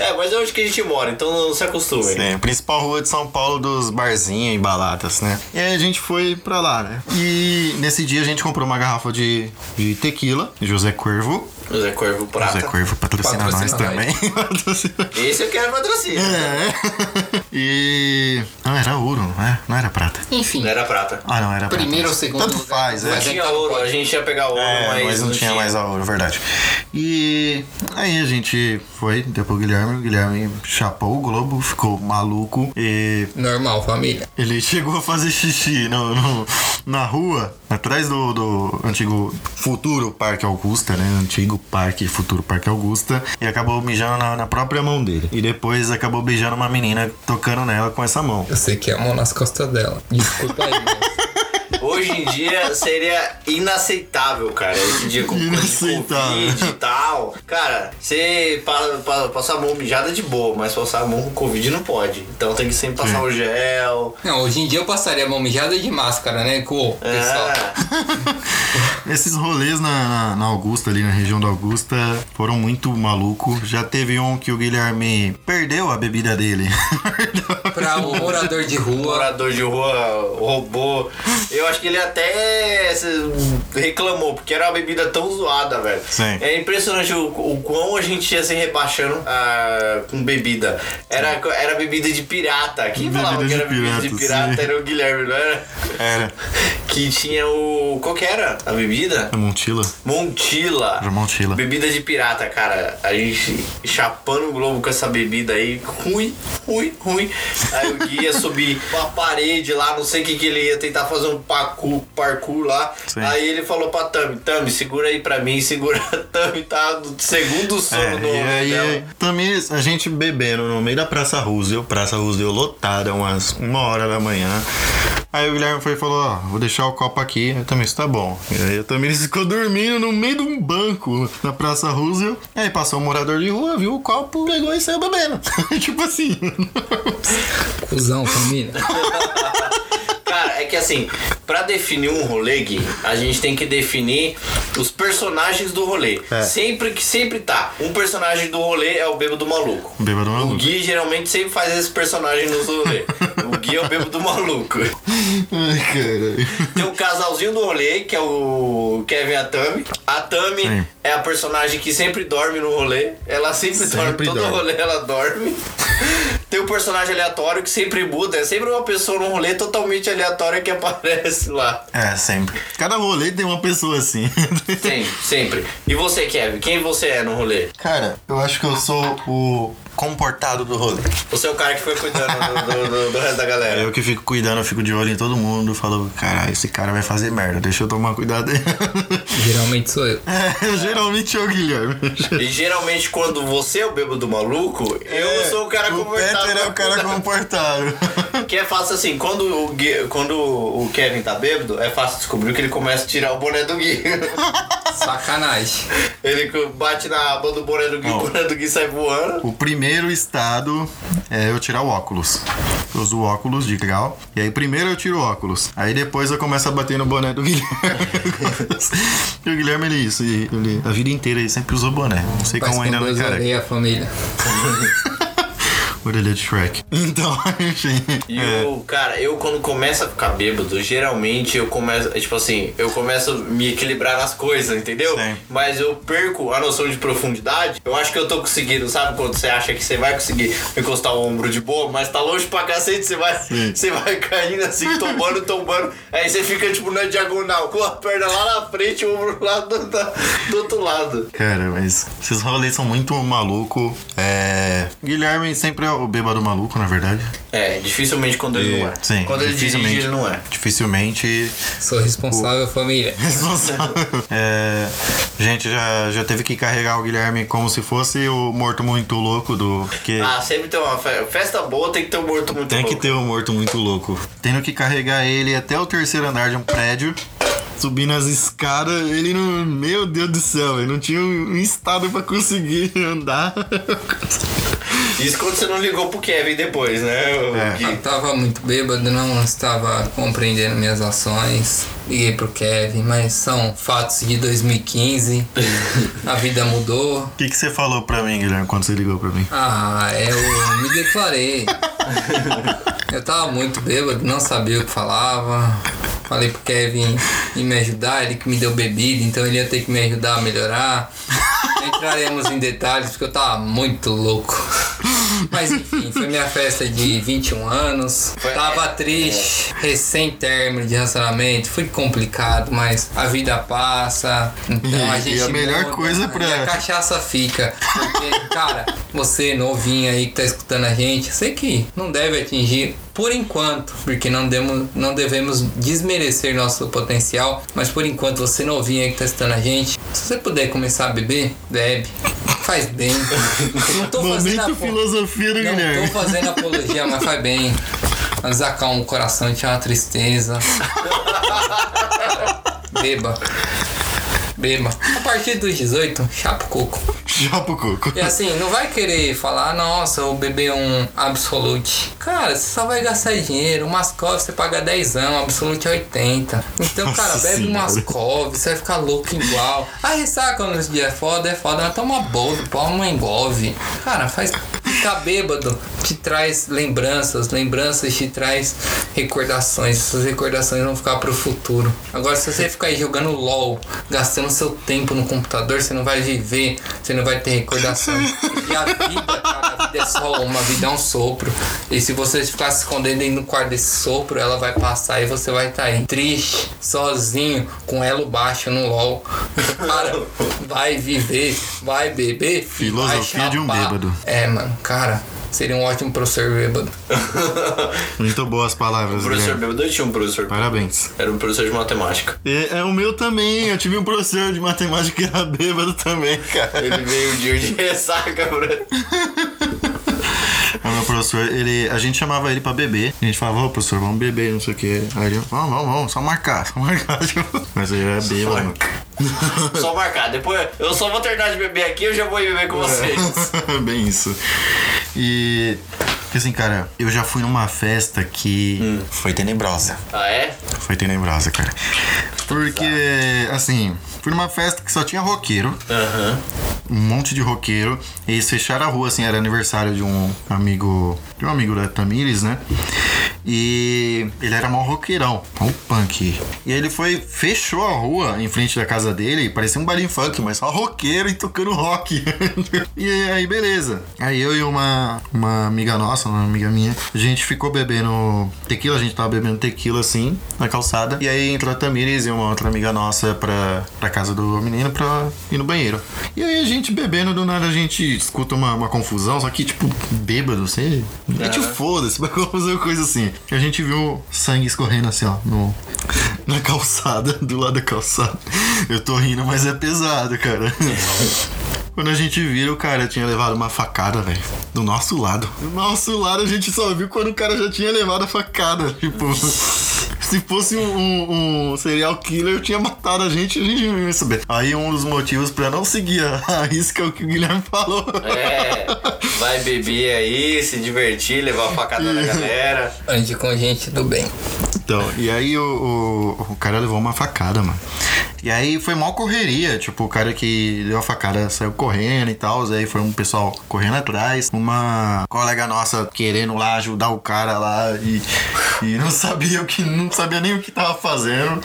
[SPEAKER 1] É, mas é onde que a gente mora, então não se acostumem.
[SPEAKER 2] Sim, é a principal rua de São Paulo dos barzinhos e baladas, né? E aí a gente foi pra lá, né? E nesse dia a gente comprou uma garrafa de, de tequila, José Corvo.
[SPEAKER 1] José Corvo Prata.
[SPEAKER 2] José Corvo patrocina, nós
[SPEAKER 3] Patrocina
[SPEAKER 2] também. Patrocina.
[SPEAKER 1] Esse eu quero patrocínio.
[SPEAKER 2] É. E. Não, era ouro, não é? Não era prata.
[SPEAKER 3] Enfim,
[SPEAKER 1] Não era prata.
[SPEAKER 2] Ah, não, era prata.
[SPEAKER 3] primeiro ou segundo
[SPEAKER 2] Tanto
[SPEAKER 3] lugar.
[SPEAKER 2] faz, é.
[SPEAKER 3] Mas
[SPEAKER 1] Tinha ouro, a gente ia pegar ouro,
[SPEAKER 2] É,
[SPEAKER 1] mas,
[SPEAKER 2] mas, não, tinha, mais a ouro, verdade. E aí a gente foi, deu pro Guilherme, o Guilherme chapou o globo, ficou maluco e
[SPEAKER 3] normal, família.
[SPEAKER 2] ele chegou a fazer xixi no, no- na rua, atrás do, do antigo futuro Parque Augusta, né? Antigo Parque, futuro Parque Augusta. E acabou mijando na, na própria mão dele. E depois acabou beijando uma menina, tocando nela com essa mão.
[SPEAKER 3] Eu sei que é a mão nas costas dela. Desculpa aí, mas...
[SPEAKER 1] Hoje em dia seria inaceitável, cara. Esse dia com coisa de
[SPEAKER 2] Inaceitável.
[SPEAKER 1] Covid e tal. Cara, você pa- pa- passar a mão mijada de boa, mas passar a mão com Covid não pode. Então tem que sempre passar o gel.
[SPEAKER 3] Não, hoje em dia eu passaria a mão mijada de máscara, né? Com o pessoal.
[SPEAKER 1] É.
[SPEAKER 2] Esses rolês na, na- na Augusta, ali na região da Augusta, foram muito maluco. Já teve um que o Guilherme perdeu a bebida dele.
[SPEAKER 3] Pra o morador de rua.
[SPEAKER 1] morador de rua roubou. Eu acho que ele até se reclamou, porque era uma bebida tão zoada, velho.
[SPEAKER 2] Sim.
[SPEAKER 1] É impressionante o, o quão a gente ia se rebaixando ah, com bebida. Era, era bebida de pirata. Quem
[SPEAKER 2] Bebida
[SPEAKER 1] falava que
[SPEAKER 2] de
[SPEAKER 1] era bebida de
[SPEAKER 2] pirata,
[SPEAKER 1] pirata
[SPEAKER 2] sim. É.
[SPEAKER 1] era o Guilherme, não era?
[SPEAKER 2] Era.
[SPEAKER 1] Que tinha o. Qual que era a bebida?
[SPEAKER 2] É Montila?
[SPEAKER 1] Montila.
[SPEAKER 2] Era Montila.
[SPEAKER 1] Bebida de pirata, cara. A gente chapando o globo com essa bebida aí. Ruim, ruim, ruim. Aí o Gui ia subir uma parede lá, não sei o que que ele ia tentar fazer um pacu, parkour lá.
[SPEAKER 2] Sim.
[SPEAKER 1] Aí ele falou pra Tami, Tami, segura aí pra mim, segura a Tami, tá no segundo sono
[SPEAKER 2] É,
[SPEAKER 1] no
[SPEAKER 2] e aí,
[SPEAKER 1] dela.
[SPEAKER 2] também a gente bebendo no meio da Praça Roosevelt, Praça Roosevelt lotada, umas uma hora da manhã. Aí o Guilherme foi e falou, ó, vou deixar o copo aqui. Eu também, isso tá bom. E aí eu também ficou dormindo no meio de um banco na Praça Roosevelt. Aí passou um morador de rua, viu o copo, pegou e saiu bebendo. tipo assim.
[SPEAKER 3] Cusão, família.
[SPEAKER 1] Cara, é que assim, pra definir um rolê, Gui, a gente tem que definir os personagens do rolê.
[SPEAKER 2] É.
[SPEAKER 1] Sempre que sempre tá. Um personagem do rolê é o bêbado maluco.
[SPEAKER 2] Bêbado
[SPEAKER 1] O
[SPEAKER 2] maluco.
[SPEAKER 1] Gui geralmente sempre faz esse personagem nos rolê. o Gui é o bêbado maluco.
[SPEAKER 2] Ai, caralho.
[SPEAKER 1] Tem o casalzinho do rolê, que é o Kevin e a Tami. A Tami
[SPEAKER 2] Sim.
[SPEAKER 1] é a personagem que sempre dorme no rolê. Ela sempre, dorme,
[SPEAKER 2] Sempre
[SPEAKER 1] todo
[SPEAKER 2] dorme.
[SPEAKER 1] rolê ela dorme. Tem o personagem aleatório que sempre muda. É sempre uma pessoa no rolê totalmente aleatória que aparece lá.
[SPEAKER 2] É, sempre. Cada rolê tem uma pessoa assim.
[SPEAKER 1] Tem, sempre. E você, Kevin? Quem você é no rolê?
[SPEAKER 2] Cara, eu acho que eu sou o comportado do rolê.
[SPEAKER 1] Você é o cara que foi cuidando do, do- do- do resto da galera.
[SPEAKER 2] É eu que fico cuidando, eu fico de olho em todo mundo, falo, caralho, esse cara vai fazer merda, deixa eu tomar cuidado.
[SPEAKER 3] Geralmente sou eu.
[SPEAKER 2] é, geralmente é o Guilherme.
[SPEAKER 1] E geralmente quando você é o bêbado maluco, eu sou o cara
[SPEAKER 2] É, O
[SPEAKER 1] comportado.
[SPEAKER 2] Peter é o cara comportado.
[SPEAKER 1] Que é fácil assim, quando o, Gui- quando o Kevin tá bêbado, é fácil descobrir que ele começa a tirar o boné do Gui.
[SPEAKER 3] Sacanagem.
[SPEAKER 1] ele co- bate na aba do boné do Gui,
[SPEAKER 2] Ó.
[SPEAKER 1] o boné do Gui sai voando.
[SPEAKER 2] o primeiro estado é eu tirar o óculos. Eu uso o óculos de grau. E aí primeiro eu tiro o óculos. Aí depois eu começo a bater no boné do Guilherme. e o Guilherme, ele, isso, ele, a vida inteira ele sempre usou boné. Não sei
[SPEAKER 3] Faz
[SPEAKER 2] como
[SPEAKER 3] com
[SPEAKER 2] ainda não é
[SPEAKER 3] Deus
[SPEAKER 2] careca.
[SPEAKER 3] odeia a família.
[SPEAKER 2] Orelha de Shrek. Então, enfim.
[SPEAKER 1] E
[SPEAKER 2] é.
[SPEAKER 1] o cara, eu quando começo a ficar bêbado, geralmente eu começo, é tipo assim, eu começo a me equilibrar nas coisas, entendeu?
[SPEAKER 2] Sim.
[SPEAKER 1] Mas eu perco a noção de profundidade. Eu acho que eu tô conseguindo, sabe quando você acha que você vai conseguir encostar o ombro de boa, mas tá longe pra cacete, você vai, você vai caindo assim, tombando, tombando. Aí você fica tipo na diagonal, com a perna lá na frente e o ombro lá do, da- do outro lado.
[SPEAKER 2] Cara, mas esses rolês são muito maluco. É. Guilherme sempre é o bêbado maluco, na verdade.
[SPEAKER 1] É, dificilmente quando ele não é.
[SPEAKER 2] Sim.
[SPEAKER 1] quando ele dirige, ele não é.
[SPEAKER 2] Dificilmente.
[SPEAKER 3] Sou responsável, família.
[SPEAKER 2] responsável. é, gente já, já teve que carregar o Guilherme como se fosse o morto muito louco do. Que
[SPEAKER 1] Ah, sempre tem uma fe- festa boa, tem que ter um morto muito
[SPEAKER 2] tem que
[SPEAKER 1] louco.
[SPEAKER 2] ter o morto muito louco. Tendo que carregar ele até o terceiro andar de um prédio. Subindo as escadas, ele não. Meu Deus do céu, ele não tinha um estado pra conseguir andar.
[SPEAKER 1] Isso quando você não ligou pro Kevin depois, né? o
[SPEAKER 2] É.
[SPEAKER 1] Gui?
[SPEAKER 3] Eu tava muito bêbado, não estava compreendendo minhas ações. Liguei pro Kevin, mas são fatos de 2015. a vida mudou.
[SPEAKER 2] O que, que você falou pra mim, Guilherme, quando você ligou pra mim?
[SPEAKER 3] Ah, eu me declarei. Eu tava muito bêbado, não sabia o que falava. Falei pro Kevin ir me ajudar, ele que me deu bebida, então ele ia ter que me ajudar a melhorar. Entraremos em detalhes porque eu tava muito louco. Mas enfim, foi minha festa de 21 anos. Tava triste, recém-término de relacionamento, foi complicado, mas a vida passa. Então a
[SPEAKER 2] E- e
[SPEAKER 3] gente.
[SPEAKER 2] a melhor
[SPEAKER 3] muda,
[SPEAKER 2] coisa pra-
[SPEAKER 3] E a cachaça fica. Porque, cara, você novinho aí que tá escutando a gente, eu sei que não deve atingir por enquanto, porque não, demos, não devemos desmerecer nosso potencial, mas por enquanto você novinho aí que tá escutando a gente, se você puder começar a beber, bebe. Faz bem. Não tô fazendo
[SPEAKER 2] Momento
[SPEAKER 3] apo-
[SPEAKER 2] filosofia do
[SPEAKER 3] Não
[SPEAKER 2] Guilherme.
[SPEAKER 3] tô fazendo apologia, mas faz bem. Mas acalma o coração, tira uma tristeza. Beba. Beba. A partir dos 18, chapa o coco.
[SPEAKER 2] Chapa o coco.
[SPEAKER 3] E assim, não vai querer falar, nossa, eu vou beber um Absolute. Cara, você só vai gastar dinheiro. Um Mascov você paga 10 anos, Absolute é 80. Então,
[SPEAKER 2] Nossa
[SPEAKER 3] cara, bebe um
[SPEAKER 2] senhora.
[SPEAKER 3] Mascov, você vai ficar louco igual. Ah, ressaca quando esse dia é foda, é foda. Mas toma boldo, toma um engove. Cara, faz. ficar bêbado te traz lembranças, lembranças te traz recordações, essas recordações vão ficar pro futuro. Agora, se você ficar aí jogando LOL, gastando seu tempo no computador, você não vai viver, você não vai ter recordação. E a vida, cara, a vida é só uma, a vida é um sopro. E se você ficar se escondendo dentro do quarto desse sopro, ela vai passar e você vai estar aí triste, sozinho, com elo baixo no LOL. Cara, vai viver, vai beber. e vai
[SPEAKER 2] Filosofia de um
[SPEAKER 3] chapar.
[SPEAKER 2] bêbado.
[SPEAKER 3] É, mano, cara, seria um ótimo professor bêbado.
[SPEAKER 2] Muito boas palavras,
[SPEAKER 1] Professor
[SPEAKER 2] Guilherme.
[SPEAKER 1] bêbado, eu tinha um professor.
[SPEAKER 2] É. Parabéns.
[SPEAKER 1] Era um professor de matemática.
[SPEAKER 2] É, é o meu também. Eu tive um professor de matemática que era bêbado também, cara.
[SPEAKER 1] Ele veio de de ressaca, bro.
[SPEAKER 2] O meu professor, ele, a gente chamava ele pra beber. A gente falava, ô professor, vamos beber, não sei o quê. Aí ele, vamos, vamos, vamos, só marcar, só marcar. tipo. Mas ele era bêbado. mano.
[SPEAKER 1] Só marcar. Depois eu só vou terminar de beber aqui eu já vou ir beber
[SPEAKER 2] É.
[SPEAKER 1] com vocês.
[SPEAKER 2] Bem isso. E. Porque assim, cara, eu já fui numa festa que
[SPEAKER 3] Hum.
[SPEAKER 2] foi tenebrosa.
[SPEAKER 1] Ah, é?
[SPEAKER 2] Foi tenebrosa, cara. Porque, assim, fui numa festa que só tinha roqueiro.
[SPEAKER 1] Aham.
[SPEAKER 2] um monte de roqueiro. E eles fecharam a rua, assim, era aniversário de um amigo. De um amigo da Tamires, né? E ele era mó roqueirão, mó punk. E ele foi, fechou a rua em frente da casa dele, parecia um baile funk, mas só roqueiro e tocando rock. e aí, beleza. Aí eu e uma, uma amiga nossa, uma amiga minha, a gente ficou bebendo tequila, a gente tava bebendo tequila assim, na calçada. E aí entrou a Tamires e uma outra amiga nossa pra, pra casa do menino pra ir no banheiro. E aí a gente bebendo, do nada a gente escuta uma, uma confusão, só que tipo, bêbado, sei. A gente foda-se, vai fazer coisa assim. E a gente viu sangue escorrendo assim, ó, no, na calçada, do lado da calçada. Eu tô rindo, mas é pesado, cara. Quando a gente vira, o cara tinha levado uma facada, velho. Do nosso lado. Do nosso lado a gente só viu quando o cara já tinha levado a facada. Tipo. Se fosse um, um- um serial killer, eu tinha matado a gente e a gente não ia saber. Aí um dos motivos pra não seguir a, a risca é o que o Guilherme falou.
[SPEAKER 1] É. Vai beber aí, se divertir, levar a facada na galera.
[SPEAKER 3] Ande com gente do bem.
[SPEAKER 2] Então, e aí o, o, o cara levou uma facada, mano. E aí foi mal correria, tipo, o cara que deu a facada saiu correndo e tal, aí foi um pessoal correndo atrás, uma colega nossa querendo lá ajudar o cara lá e, e não sabia o que, não sabia nem o que tava fazendo.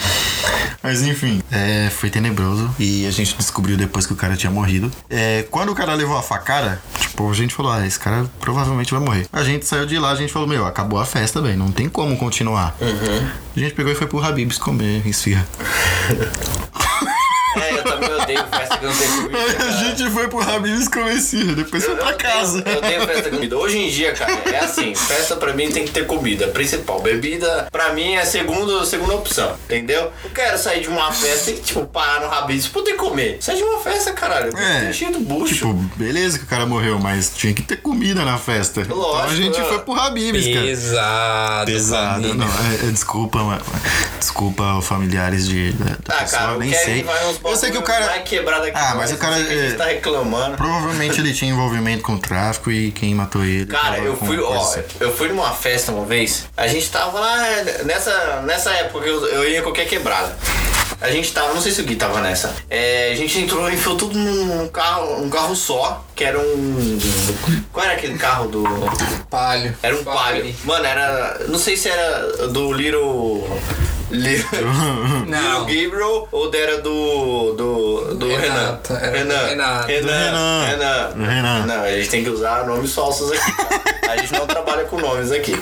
[SPEAKER 2] Mas enfim, é, foi tenebroso e a gente descobriu depois que o cara tinha morrido. É, quando o cara levou a facada, tipo, a gente falou, ah, esse cara provavelmente vai morrer. A gente saiu de lá, a gente falou, meu, acabou a festa, velho, não tem como continuar. A gente pegou e foi pro Habib's comer esfirra.
[SPEAKER 1] É, eu também odeio festa que não tem comida.
[SPEAKER 2] a
[SPEAKER 1] cara.
[SPEAKER 2] gente foi pro Habib's comer esfirra, depois foi pra casa.
[SPEAKER 1] Eu tenho festa com comida. Hoje em dia, cara, é assim, festa pra mim tem que ter comida, principal. Bebida, pra mim, é a segunda, segunda opção, entendeu? Eu quero sair de uma festa e, tipo, parar no rabisco pra poder comer. Sai de uma festa, caralho.
[SPEAKER 2] É,
[SPEAKER 1] Tem cheio do bucho.
[SPEAKER 2] Tipo, beleza que o cara morreu, mas tinha que ter comida na festa. então a
[SPEAKER 1] Lógico,
[SPEAKER 2] gente
[SPEAKER 1] né?
[SPEAKER 2] foi pro Habib's, cara.
[SPEAKER 3] Pesado.
[SPEAKER 2] Pesado,
[SPEAKER 3] família.
[SPEAKER 2] não. É, é, desculpa, mano. Desculpa aos familiares de, da, da
[SPEAKER 1] ah,
[SPEAKER 2] pessoa,
[SPEAKER 1] cara, o
[SPEAKER 2] nem
[SPEAKER 1] Kevin
[SPEAKER 2] sei.
[SPEAKER 1] vai uns
[SPEAKER 2] Eu sei que o
[SPEAKER 1] bagulho,
[SPEAKER 2] cara.
[SPEAKER 1] Vai quebrar daqui.
[SPEAKER 2] Ah, mas
[SPEAKER 1] fora,
[SPEAKER 2] o cara,
[SPEAKER 1] eu sei que
[SPEAKER 2] é-
[SPEAKER 1] Ele tá reclamando.
[SPEAKER 2] Provavelmente ele tinha envolvimento com o tráfico e quem matou ele.
[SPEAKER 1] Cara,
[SPEAKER 2] tava
[SPEAKER 1] eu
[SPEAKER 2] com
[SPEAKER 1] fui,
[SPEAKER 2] coisa
[SPEAKER 1] ó,
[SPEAKER 2] assim.
[SPEAKER 1] eu fui numa festa uma vez, a gente tava lá nessa, nessa época que eu, eu ia em qualquer quebrada. A gente tava, não sei se o Gui tava nessa. É, a gente entrou e enfiou tudo num num carro, um carro só, que era um. Qual era aquele carro do.
[SPEAKER 3] Palio.
[SPEAKER 1] Era um palio. Mano, era. Não sei se era do Little. Little, Little
[SPEAKER 3] Não.
[SPEAKER 1] Gabriel ou era do. do. do Renan.
[SPEAKER 3] Renato, era do
[SPEAKER 1] Renan. Renan.
[SPEAKER 3] Renato.
[SPEAKER 2] Renan.
[SPEAKER 1] Renan.
[SPEAKER 2] Do Renan.
[SPEAKER 1] Não, a gente tem que usar nomes falsos aqui. tá? A gente não trabalha com nomes aqui.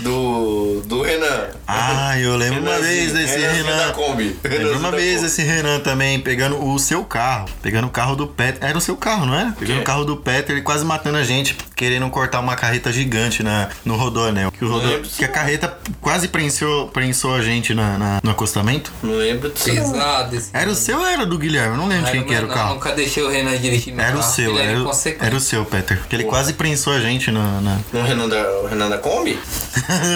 [SPEAKER 1] Do. do Renan.
[SPEAKER 2] Ah, eu lembro uma vez
[SPEAKER 1] Renanzinho,
[SPEAKER 2] desse
[SPEAKER 1] Renanzinho
[SPEAKER 2] Renan.
[SPEAKER 1] da Kombi.
[SPEAKER 2] Lembro
[SPEAKER 1] Renanzinho
[SPEAKER 2] uma
[SPEAKER 1] da
[SPEAKER 2] vez
[SPEAKER 1] Kombi.
[SPEAKER 2] esse Renan também pegando o seu carro. Pegando o carro do Peter. Era o seu carro, não é? Pegando
[SPEAKER 1] Quê?
[SPEAKER 2] o carro do Peter e quase matando a gente, querendo cortar uma carreta gigante na, no rodonel. Que, o rodô-
[SPEAKER 1] lembro disso,
[SPEAKER 2] que a carreta quase prensou, prensou a gente na, na- no acostamento.
[SPEAKER 1] Não lembro disso.
[SPEAKER 3] Pesado esse.
[SPEAKER 2] Era o seu ou era do Guilherme? Eu não lembro de quem
[SPEAKER 3] Era
[SPEAKER 2] que era o
[SPEAKER 3] menor,
[SPEAKER 2] carro.
[SPEAKER 3] Nunca deixei o Renan dirigir meu
[SPEAKER 2] Era o
[SPEAKER 3] carro,
[SPEAKER 2] seu,
[SPEAKER 3] ele é era,
[SPEAKER 2] era, o-
[SPEAKER 3] inconsequente.
[SPEAKER 2] era o seu, Peter. Que ele quase prensou a gente na, na,
[SPEAKER 1] No Renan da, o Renan da Kombi?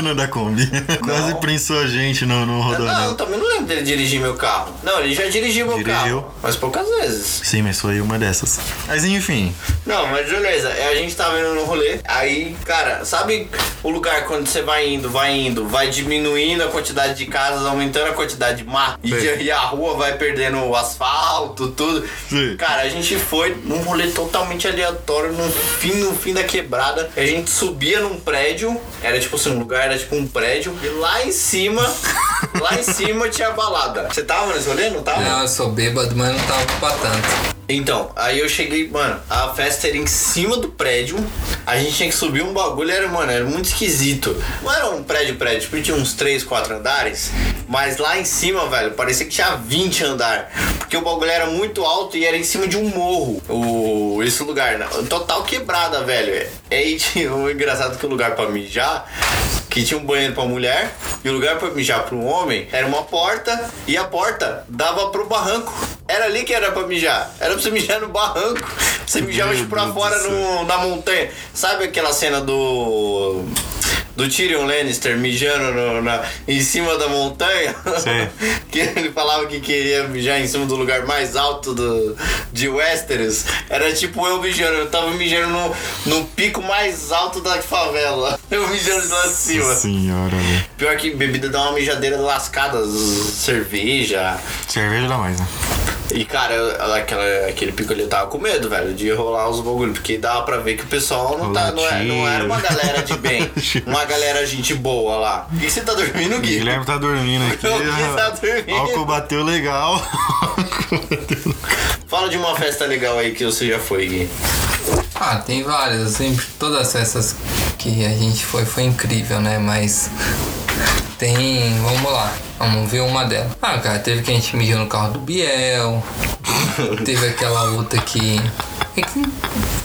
[SPEAKER 2] na da Kombi. quase prensou a gente no, no
[SPEAKER 1] Não, eu
[SPEAKER 2] rodonel.
[SPEAKER 1] também não lembro dele dirigir meu carro. Não, ele já dirigiu meu
[SPEAKER 2] Dirigiu.
[SPEAKER 1] carro. Mas poucas vezes.
[SPEAKER 2] Sim, mas foi uma dessas. Mas enfim,
[SPEAKER 1] Não, mas beleza, a gente tava indo no rolê. Aí, cara, sabe o lugar quando você vai indo, vai indo, vai diminuindo a quantidade de casas, aumentando a quantidade de mato. E,
[SPEAKER 2] Sim.
[SPEAKER 1] e a rua vai perdendo o asfalto, tudo.
[SPEAKER 2] Sim.
[SPEAKER 1] Cara, a gente foi num rolê totalmente aleatório, no fim, no fim da quebrada. A gente subia num prédio, era tipo assim, um lugar, era tipo um prédio. E lá em cima, lá em cima tinha a balada. Você tava nesse rolê? Não tava?
[SPEAKER 3] Não, Ah, eu sou bêbado, mas não tava pra tanto.
[SPEAKER 1] Então, aí eu cheguei, mano, a festa era em cima do prédio, a gente tinha que subir um bagulho, era, mano, era muito esquisito. Não era um prédio, prédio, tipo, tinha uns 3, 4 andares, mas lá em cima, velho, parecia que tinha 20 andar, porque o bagulho era muito alto e era em cima de um morro, o, esse lugar, né? total quebrada, velho. É, E aí tinha o engraçado é que o lugar pra mijar, que tinha um banheiro pra mulher, e o lugar pra mijar pro homem era uma porta, e a porta dava pro barranco. Era ali que era pra mijar. Era pra você mijar no barranco. Você mijava
[SPEAKER 2] Meu
[SPEAKER 1] tipo pra
[SPEAKER 2] Deus
[SPEAKER 1] fora
[SPEAKER 2] do céu.
[SPEAKER 1] no, na montanha. Sabe aquela cena do. Do Tyrion Lannister mijando no- na, em cima da montanha?
[SPEAKER 2] Sim.
[SPEAKER 1] que ele falava que queria mijar em cima do lugar mais alto do, de Westeros. Era tipo eu mijando. Eu tava mijando no, no pico mais alto da favela. Eu mijando lá de cima.
[SPEAKER 2] Senhora, velho.
[SPEAKER 1] Pior que bebida dá uma mijadeira lascada. z- Cerveja.
[SPEAKER 2] Cerveja dá mais, né?
[SPEAKER 1] E, cara, eu- aquela, aquele pico ali eu tava com medo, velho, de rolar os bagulho, porque dava pra ver que o pessoal não, tá, não, é- não era uma galera de bem, uma galera gente boa lá. E você tá dormindo,
[SPEAKER 2] O
[SPEAKER 1] Gui?
[SPEAKER 2] Guilherme tá dormindo aqui.
[SPEAKER 1] O Gui tá dormindo.
[SPEAKER 2] Álcool bateu legal. Álcool bateu legal.
[SPEAKER 1] Fala de uma festa legal aí que você já foi, Gui.
[SPEAKER 3] Ah, tem várias. Eu sempre. Todas essas que a gente foi foi incrível, né? Mas. Tem. Vamos lá. Vamos ver uma delas. Ah, cara, teve que a gente mijou no carro do Biel. teve aquela outra que. é que-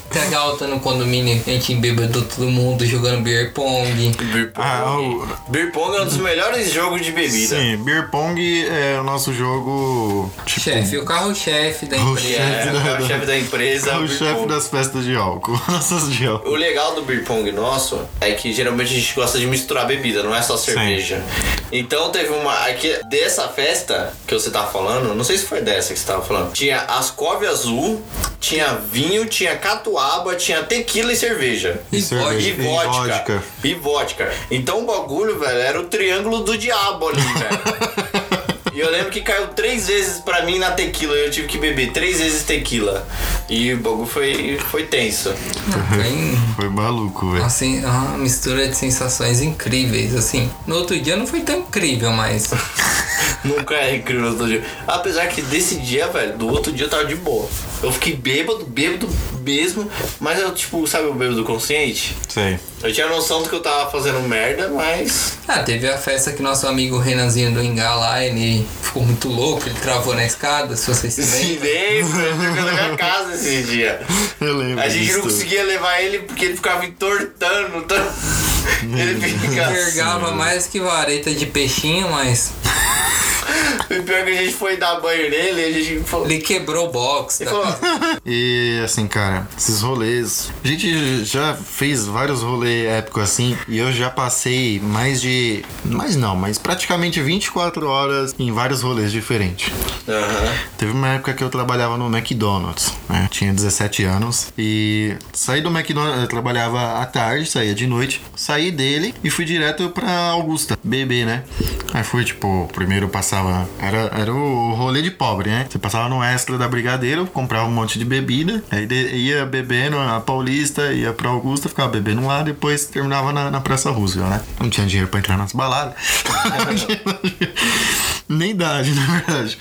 [SPEAKER 3] Tem aquela outra no condomínio, a gente embebedou todo mundo jogando beer pong.
[SPEAKER 1] Beer Pong.
[SPEAKER 2] Ah, o-
[SPEAKER 1] Beer Pong é um dos melhores jogos de bebida.
[SPEAKER 2] Sim, Beer Pong é o nosso jogo. Tipo,
[SPEAKER 3] Chefe, o carro-chefe da
[SPEAKER 2] O
[SPEAKER 1] Ele é,
[SPEAKER 3] empresa.
[SPEAKER 2] chefe da-
[SPEAKER 1] é o chefe da empresa.
[SPEAKER 2] é o
[SPEAKER 1] beer
[SPEAKER 2] chefe
[SPEAKER 1] pong.
[SPEAKER 2] das festas de álcool. Nossas de álcool.
[SPEAKER 1] O legal do beer pong nosso é que geralmente a gente gosta de misturar bebida, não é só cerveja. Então teve uma. Aqui, dessa festa que você tá falando, não sei se foi dessa que você tava falando. Tinha ascove azul, tinha vinho, tinha catuaba, tinha tequila e cerveja.
[SPEAKER 3] E
[SPEAKER 1] E
[SPEAKER 2] cerveja.
[SPEAKER 3] pode.
[SPEAKER 2] E
[SPEAKER 1] vodka.
[SPEAKER 2] vodka.
[SPEAKER 1] E vodka. Então o bagulho, velho, era o triângulo do diabo ali, velho. E eu lembro que caiu três vezes pra mim na tequila. Eu tive que beber três vezes tequila. E o bagulho foi, foi tenso.
[SPEAKER 3] Tem
[SPEAKER 2] Foi maluco, velho.
[SPEAKER 3] assim, uma mistura de sensações incríveis, assim. No outro dia não foi tão incrível, mas.
[SPEAKER 1] Nunca é incrível outro dia. Apesar que desse dia, velho, do outro dia eu tava de boa. Eu fiquei bêbado, bêbado mesmo, mas eu, tipo, sabe o bêbado consciente?
[SPEAKER 2] Sei.
[SPEAKER 1] Eu tinha noção do que eu tava fazendo merda, mas.
[SPEAKER 3] Ah, teve a festa que nosso amigo Renanzinho do Ingá lá, ele ficou muito louco, ele travou na escada, se vocês se lembram.
[SPEAKER 1] Silêncio, ele ficou na minha casa esse dia.
[SPEAKER 2] Eu lembro.
[SPEAKER 1] A gente não
[SPEAKER 2] disso.
[SPEAKER 1] conseguia levar ele porque ele ficava entortando. tan- Ele fica.
[SPEAKER 3] Vergava mais que vareta de peixinho, mas
[SPEAKER 1] E pior é que a gente foi dar banho nele, a gente falou.
[SPEAKER 3] ele quebrou o box.
[SPEAKER 1] Ele
[SPEAKER 3] da-
[SPEAKER 1] falou,
[SPEAKER 2] E assim, cara, esses rolês. A gente já fez vários rolês épico assim. E eu já passei mais de. Mais não, mas praticamente 24 horas em vários rolês diferentes.
[SPEAKER 1] Aham.
[SPEAKER 2] Teve uma época que eu trabalhava no McDonald's, né? Eu tinha 17 anos e saí do McDonald's, eu trabalhava à tarde, saía de noite, saí dele e fui direto pra Augusta, beber, né? Aí fui, tipo, primeiro eu passava, era, era o rolê de pobre, né? Você passava no extra da Brigadeiro, comprava um monte de bebida, aí de- ia bebendo a Paulista, ia pra Augusta, ficava bebendo lá, depois terminava na, na Praça Roosevelt, né? Não tinha dinheiro pra entrar nas baladas. Nem idade, na verdade.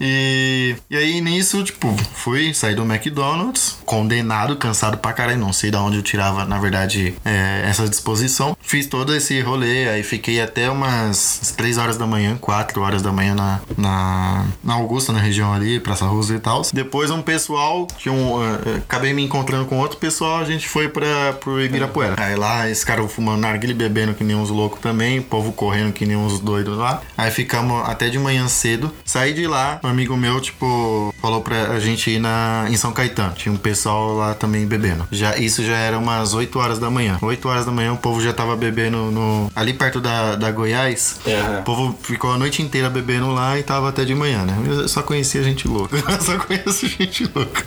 [SPEAKER 2] E, e aí, nisso, tipo, fui sair do McDonald's, condenado, cansado pra caralho. Não sei da onde eu tirava, na verdade, é, essa disposição. Fiz todo esse rolê, aí fiquei até umas 3 horas da manhã, 4 horas da manhã na, na, na Augusta, na região ali, Praça Rosa e tal. Depois, um pessoal, que um, eh, eh, acabei me encontrando com outro pessoal, a gente foi pra, pro Ibirapuera. Aí lá, esse cara fumando narguilé, bebendo que nem uns loucos também, o povo correndo que nem uns doidos lá. Aí ficamos até de manhã cedo. Saí de lá, um amigo meu, tipo, falou pra gente ir na, em São Caetano. Tinha um pessoal lá também bebendo. Já, isso já era umas 8 horas da manhã. 8 horas da manhã o povo já tava bebendo no. Ali perto da, da Goiás.
[SPEAKER 1] Aham.
[SPEAKER 2] O povo ficou a noite inteira bebendo lá e tava até de manhã, né? Eu só conhecia gente louca. Eu só conheço gente louca.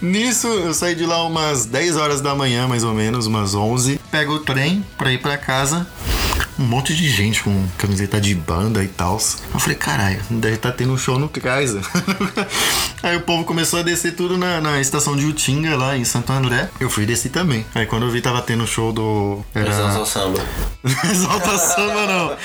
[SPEAKER 2] Nisso, eu saí de lá umas 10 horas da manhã, mais ou menos, umas 11. Pego o trem pra ir pra casa. Um monte de gente com camiseta de banda e tal. Eu falei, caralho, deve estar tendo um show no Kaiser. Aí o povo começou a descer tudo na, na estação de Utinga, lá em Santo André. Eu fui descer também. Aí quando eu vi, tava tendo um show do.
[SPEAKER 1] Exalta
[SPEAKER 2] Era.
[SPEAKER 1] o samba.
[SPEAKER 2] Exalta Samba, não.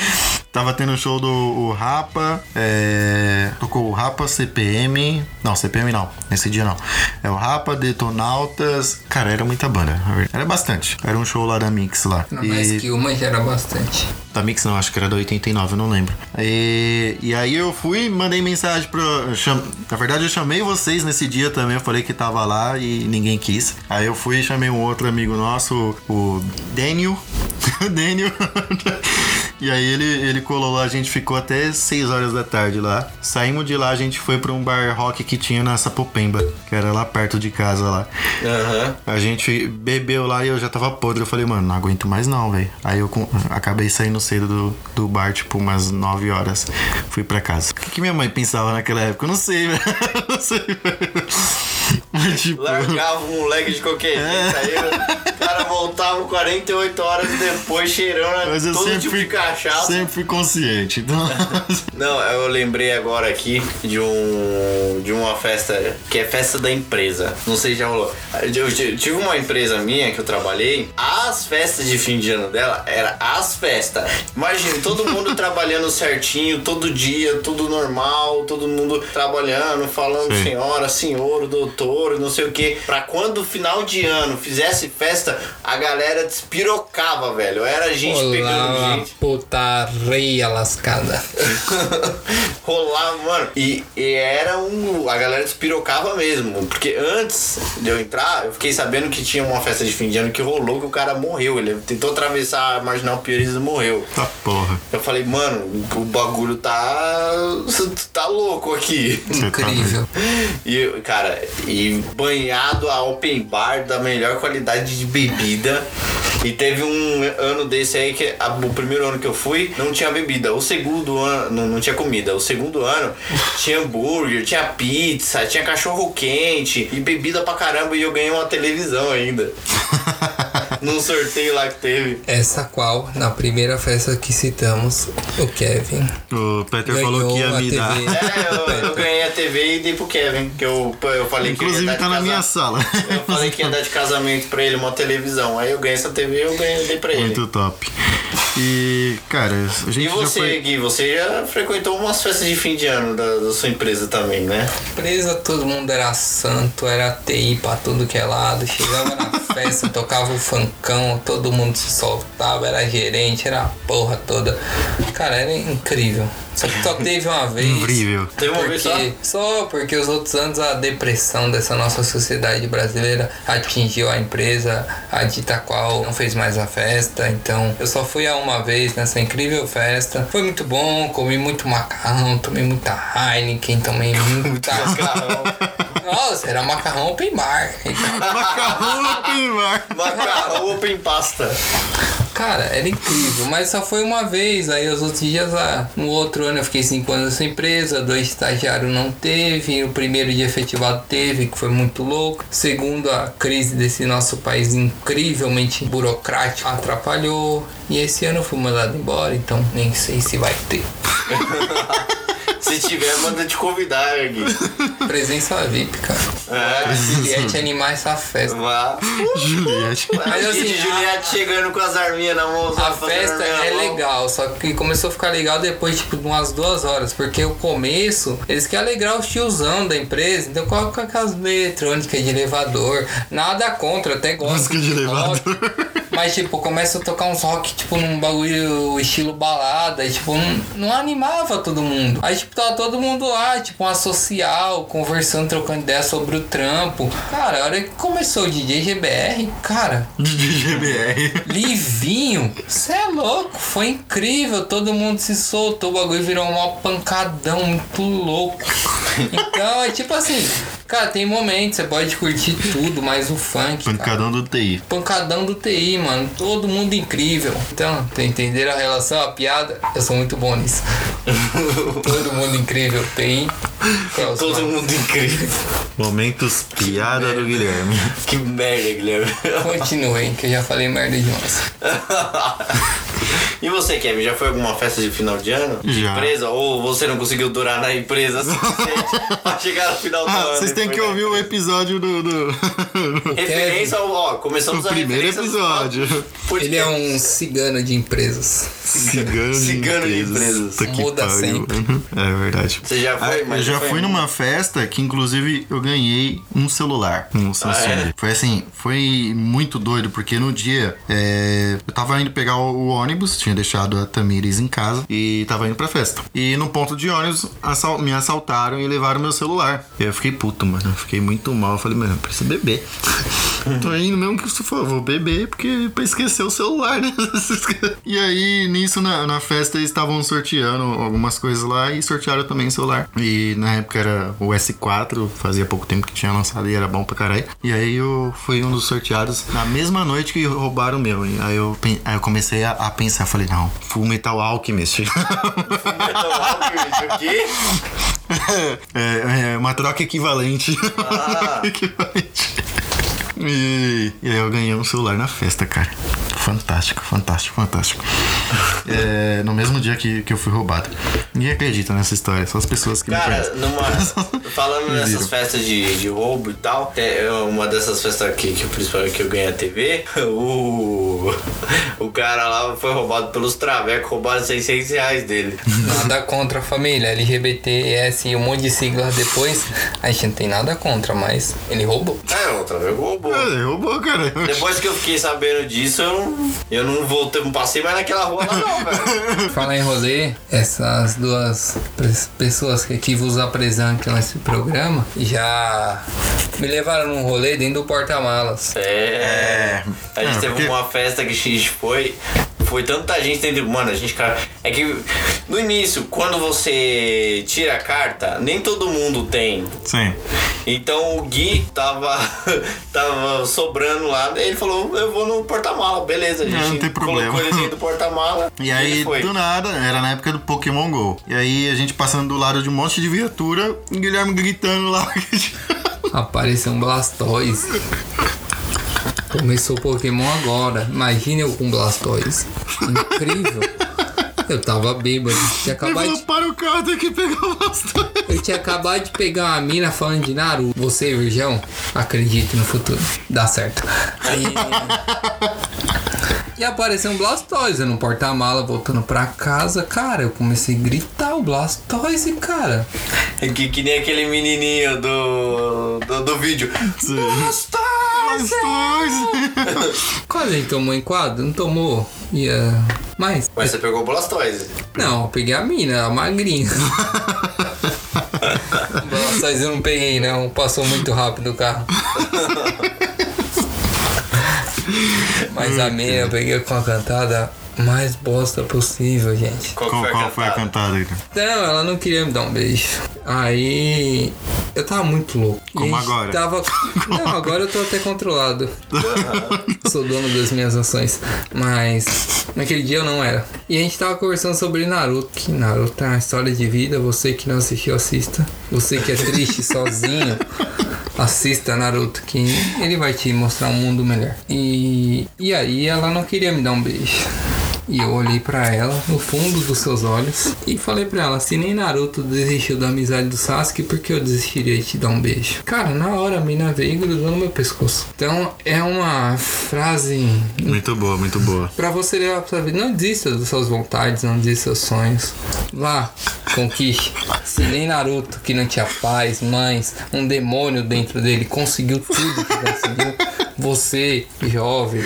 [SPEAKER 2] Tava tendo o show do o Rapa, é, tocou o Rapa, CPM, não, CPM não, nesse dia não. É o Rapa, Detonautas, cara, era muita banda, na verdade. era bastante. Era um show lá da Mix lá.
[SPEAKER 3] Não,
[SPEAKER 2] E-
[SPEAKER 3] Mais que uma já era bastante.
[SPEAKER 2] da Mix não, acho que era da 89, eu não lembro. E, e aí eu fui, mandei mensagem pra. cham- na verdade, eu chamei vocês nesse dia também, eu falei que tava lá e ninguém quis. Aí eu fui e chamei um outro amigo nosso, o Daniel. Daniel. E aí ele, ele colou lá, a gente ficou até 6 horas da tarde lá. Saímos de lá, a gente foi pra um bar rock que tinha na Sapopemba, que era lá perto de casa lá.
[SPEAKER 1] Aham.
[SPEAKER 2] A gente bebeu lá e eu já tava podre. Eu falei, mano, não aguento mais não, velho. Aí eu com- acabei saindo cedo do, do bar, tipo, umas 9 horas. Fui pra casa. O que, que minha mãe pensava naquela época? Eu não sei, velho. Não sei, velho. Mas, tipo, É.
[SPEAKER 1] Largava o moleque de qualquer jeito. Aí o cara voltava 48 horas depois cheirando
[SPEAKER 2] mas eu
[SPEAKER 1] todo
[SPEAKER 2] sempre
[SPEAKER 1] tipo de
[SPEAKER 2] fui,
[SPEAKER 1] cachaça.
[SPEAKER 2] sempre fui consciente. Então,
[SPEAKER 1] Não, eu lembrei agora aqui de um de uma festa que é festa da empresa. Não sei se já rolou. Eu ti- tive uma empresa minha que eu trabalhei. As festas de fim de ano dela era as festas. Imagina todo mundo trabalhando certinho, todo dia, tudo normal, todo mundo trabalhando, falando
[SPEAKER 2] Sim.
[SPEAKER 1] senhora, senhor, doutor, não sei o que. Pra quando o final de ano fizesse festa, a galera despirocava, velho. Era gente pegando
[SPEAKER 3] Olá,
[SPEAKER 1] gente. tá
[SPEAKER 3] putareia lascada.
[SPEAKER 1] Rolava, mano. E, e era um. A galera despirocava mesmo. Porque antes de eu entrar, eu fiquei sabendo que tinha uma festa de fim de ano que rolou que o cara morreu. Ele tentou atravessar a marginal Pires e morreu.
[SPEAKER 2] tá porra.
[SPEAKER 1] Eu falei, mano, o bagulho tá. tá louco aquaqui.
[SPEAKER 2] Você tá doido.
[SPEAKER 3] Incrível.
[SPEAKER 1] E, cara, e banhado a open bar da melhor qualidade de bebida. E teve um ano desse aí que a- o primeiro ano que eu fui não tinha bebida. O segundo ano não, não tinha comida. O segundo ano tinha hambúrguer, tinha pizza, tinha cachorro quente e bebida pra caramba. E eu ganhei uma televisão ainda. Num sorteio lá que teve.
[SPEAKER 3] Essa qual, na primeira festa que citamos, o Kevin
[SPEAKER 2] O Peter
[SPEAKER 3] ganhou
[SPEAKER 2] falou que ia
[SPEAKER 3] a
[SPEAKER 2] me
[SPEAKER 3] TV.
[SPEAKER 2] dar.
[SPEAKER 1] É, eu, eu ganhei a TV e dei pro Kevin, que eu, eu falei que
[SPEAKER 2] Inclusive
[SPEAKER 1] ele
[SPEAKER 2] tá na minha sala.
[SPEAKER 1] Eu falei que ia dar de casamento pra ele uma televisão. Aí eu ganhei essa TV e eu ganhei dei pra ele.
[SPEAKER 2] Muito top. E, cara, a gente
[SPEAKER 1] E
[SPEAKER 2] já
[SPEAKER 1] você,
[SPEAKER 2] foi.
[SPEAKER 1] Gui, você já frequentou umas festas de fim de ano da, da sua empresa também, né?
[SPEAKER 3] Presa, todo mundo era santo, era TI pra tudo que é lado. Chegava na festa, tocava o funkão, todo mundo se soltava, era gerente, era a porra toda. Cara, era incrível. Só que só teve uma vez.
[SPEAKER 2] Incrível.
[SPEAKER 1] Teve uma vez só?
[SPEAKER 3] Porque, só porque os outros anos a depressão dessa nossa sociedade brasileira atingiu a empresa, a dita qual não fez mais a festa. Então eu só fui a uma vez nessa incrível festa. Foi muito bom, comi muito macarrão, tomei muita Heineken, tomei muita.
[SPEAKER 1] Macarrão.
[SPEAKER 3] nossa, era macarrão open bar. então
[SPEAKER 2] Macarrão no primar.
[SPEAKER 1] Macarrão open pasta.
[SPEAKER 3] Cara, era incrível, mas só foi uma vez. Aí os outros dias, ah, no outro ano eu fiquei cinco anos nessa empresa, dois estagiários não teve, o primeiro dia efetivado teve, que foi muito louco. Segundo, a crise desse nosso país incrivelmente burocrático atrapalhou. E esse ano eu fui mandado embora, então nem sei se vai ter.
[SPEAKER 1] Se tiver, manda te convidar, Gui.
[SPEAKER 3] Presença VIP, cara.
[SPEAKER 1] É.
[SPEAKER 3] Juliette animar essa festa.
[SPEAKER 1] Vá.
[SPEAKER 2] Juliette.
[SPEAKER 1] Mas
[SPEAKER 3] Mas
[SPEAKER 1] assim,
[SPEAKER 3] assim,
[SPEAKER 1] Juliette chegando com as arminhas na mão.
[SPEAKER 3] A
[SPEAKER 1] sabe, fazendo
[SPEAKER 3] festa
[SPEAKER 1] arminha na
[SPEAKER 3] é
[SPEAKER 1] mão.
[SPEAKER 3] legal, só que começou a ficar legal depois, tipo, de umas duas horas. Porque o começo, eles querem alegrar os tiozão da empresa, então coloca aquelas eletrônicas de elevador. Nada contra, eu até gosto.
[SPEAKER 2] Música de
[SPEAKER 3] rock.
[SPEAKER 2] elevador.
[SPEAKER 3] Mas, tipo, começa a tocar uns rock, tipo, num bagulho estilo balada, e, tipo, não, não animava todo mundo. Aí, tipo, tava todo mundo lá, tipo, uma social, conversando, trocando ideia sobre o trampo. Cara, a hora que começou o DJ GBR, cara,
[SPEAKER 2] De GBR.
[SPEAKER 3] Livinho, você é louco, foi incrível, todo mundo se soltou, o bagulho virou um maior pancadão muito louco. Então é tipo assim, Cara, tem momentos, você pode curtir tudo, mas o funk. cara.
[SPEAKER 2] Pancadão um do TI.
[SPEAKER 3] Pancadão do TI, mano. Todo mundo incrível. Então, tá entenderam a relação, a piada? Eu sou muito bom nisso. Todo mundo incrível, TI. Próximo.
[SPEAKER 1] Todo mundo incrível.
[SPEAKER 2] Momentos piada do Guilherme.
[SPEAKER 1] Que merda, Guilherme.
[SPEAKER 3] Continuem, que eu já falei merda demais.
[SPEAKER 1] e você, Kevin, já foi a alguma festa de final de ano? De
[SPEAKER 2] Já.
[SPEAKER 1] empresa? Ou você não conseguiu durar na empresa suficiente pra chegar no final do
[SPEAKER 2] Ah,
[SPEAKER 1] ano?
[SPEAKER 2] vocês
[SPEAKER 1] e
[SPEAKER 2] têm
[SPEAKER 1] foi
[SPEAKER 2] que
[SPEAKER 1] na-
[SPEAKER 2] ouvir o episódio do. do-
[SPEAKER 1] Referência ao. Ó, começamos
[SPEAKER 2] o
[SPEAKER 1] a
[SPEAKER 2] primeiro
[SPEAKER 1] referência do-
[SPEAKER 2] episódio.
[SPEAKER 1] Por-
[SPEAKER 3] Ele é um cigano de empresas.
[SPEAKER 2] Cigano,
[SPEAKER 1] Cigano de empresas.
[SPEAKER 2] Puta que
[SPEAKER 3] Muda
[SPEAKER 2] pariu.
[SPEAKER 3] sempre.
[SPEAKER 2] É verdade.
[SPEAKER 1] Você já
[SPEAKER 2] Ah,
[SPEAKER 1] foi, mas
[SPEAKER 2] eu já
[SPEAKER 1] foi um-
[SPEAKER 2] fui numa festa que, inclusive, eu ganhei um celular, um Samsung.
[SPEAKER 1] é?
[SPEAKER 2] Foi assim, foi muito doido, porque no dia é, eu tava indo pegar o, o ônibus, tinha deixado a Tamires em casa e tava indo pra festa. E no ponto de ônibus assal- me assaltaram e levaram meu celular. E eu fiquei puto, mano. Eu fiquei muito mal. Eu falei, mano, eu preciso beber. Tô indo mesmo que você for, vou beber porque pra esquecer o celular, né? e aí, nisso, na, na festa, eles estavam sorteando algumas coisas lá e sortearam também o celular. E na época era o S4, fazia pouco tempo que tinha lançado e era bom pra caralho. E aí eu fui um dos sorteados na mesma noite que roubaram o meu. E aí eu, pen- aí eu comecei a, a pensar, falei, não, Full Metal Alchemist.
[SPEAKER 1] Então, Alckmin, o quê?
[SPEAKER 2] É, é uma troca equivalente.
[SPEAKER 1] Ah.
[SPEAKER 2] equivalente. E, e aí eu ganhei um celular na festa, cara. Fantástico, fantástico, fantástico. É, no mesmo dia que, que eu fui roubado. Ninguém acredita nessa história, só as pessoas que me
[SPEAKER 1] Cara,
[SPEAKER 2] conhecem.
[SPEAKER 1] numa, falando
[SPEAKER 2] Me
[SPEAKER 1] nessas
[SPEAKER 2] viram.
[SPEAKER 1] festas de, de roubo e tal, é uma dessas festas aqui que principalmente que eu ganhei a TV, o, o cara lá foi roubado pelos travecos, roubaram 600 reais dele.
[SPEAKER 3] Nada contra a família, LGBT, S e um monte de siglas depois. A gente não tem nada contra, mas ele roubou.
[SPEAKER 1] É, o traveco roubou.
[SPEAKER 2] Ah, ele roubou, cara.
[SPEAKER 1] Depois que eu fiquei sabendo disso, eu não, eu não voltei, não passei mais naquela rua lá não, velho.
[SPEAKER 3] Falar em rolê, essas duas pres- pessoas que aqui vos apresentam nesse programa já me levaram num rolê dentro do porta-malas.
[SPEAKER 1] É. A gente
[SPEAKER 2] É,
[SPEAKER 1] teve
[SPEAKER 2] porque-
[SPEAKER 1] uma festa que a gente foi. Foi tanta gente dentro. Mano, a gente, cara. É que no início, quando você tira a carta, nem todo mundo tem.
[SPEAKER 2] Sim.
[SPEAKER 1] Então o Gui tava, tava sobrando lá. Ele falou: Eu vou no porta-mala, beleza. A gente
[SPEAKER 2] Não, não tem
[SPEAKER 1] colocou
[SPEAKER 2] problema.
[SPEAKER 1] ele dentro do porta-mala.
[SPEAKER 2] E aí,
[SPEAKER 1] ele foi.
[SPEAKER 2] do nada, era na época do Pokémon GO. E aí, a gente passando do lado de um monte de viatura, o Guilherme gritando lá.
[SPEAKER 3] Apareceu um Blastoise. Começou o Pokémon agora. Imagina eu com Blastoise. Incrível. Eu tava bêbado. Tinha
[SPEAKER 2] Ele
[SPEAKER 3] acabado
[SPEAKER 2] falou,
[SPEAKER 3] de
[SPEAKER 2] para o carro, tem que pegar o bastão.
[SPEAKER 3] Eu tinha acabado de pegar uma mina falando de Naruto. Você, Virgão, acredite no futuro. Dá certo. E, e apareceu um Blastoise no porta-mala, voltando pra casa. Cara, eu comecei a gritar o Blastoise, cara.
[SPEAKER 1] Que, que nem aquele menininho do, do, do vídeo.
[SPEAKER 2] As coisas.
[SPEAKER 3] Quase ele tomou enquadro, não tomou. E, ah, Mas,
[SPEAKER 1] Mas você pegou o Blastoise.
[SPEAKER 3] não, eu peguei a mina, a magrinha. Blastoise eu não peguei, não. Passou muito rápido o carro. Mas a minha eu peguei com a cantada mais bosta possível, gente.
[SPEAKER 1] Qual, que
[SPEAKER 2] Qual,
[SPEAKER 1] foi,
[SPEAKER 2] qual foi a
[SPEAKER 1] cantada?
[SPEAKER 2] cantada, Guilherme?
[SPEAKER 3] Não, ela não queria me dar um beijo. Aí. Eu tava muito louco. E
[SPEAKER 2] Como
[SPEAKER 3] a gente
[SPEAKER 2] agora?
[SPEAKER 3] Tava... Não, agora eu tô até controlado. Sou dono das minhas ações. Mas. Naquele dia eu não era. E a gente tava conversando sobre Naruto. Que Naruto é uma história de vida. Você que não assistiu, assista. Você que é triste sozinho. Assista Naruto, que ele vai te mostrar um mundo melhor. E, e aí ela não queria me dar um beijo. E eu olhei pra ela no fundo dos seus olhos e falei pra ela: se nem Naruto desistiu da amizade do Sasuke, por que eu desistiria de te dar um beijo? Cara, na hora a mina veio e grudou no meu pescoço. Então é uma frase
[SPEAKER 2] Muito boa, muito boa.
[SPEAKER 3] pra você levar pra sua vida: não desista das suas vontades, não desista dos seus sonhos. Vá, conquiste. Se nem Naruto, que não tinha pais, mães, um demônio dentro dele, conseguiu tudo que conseguiu. Você, jovem,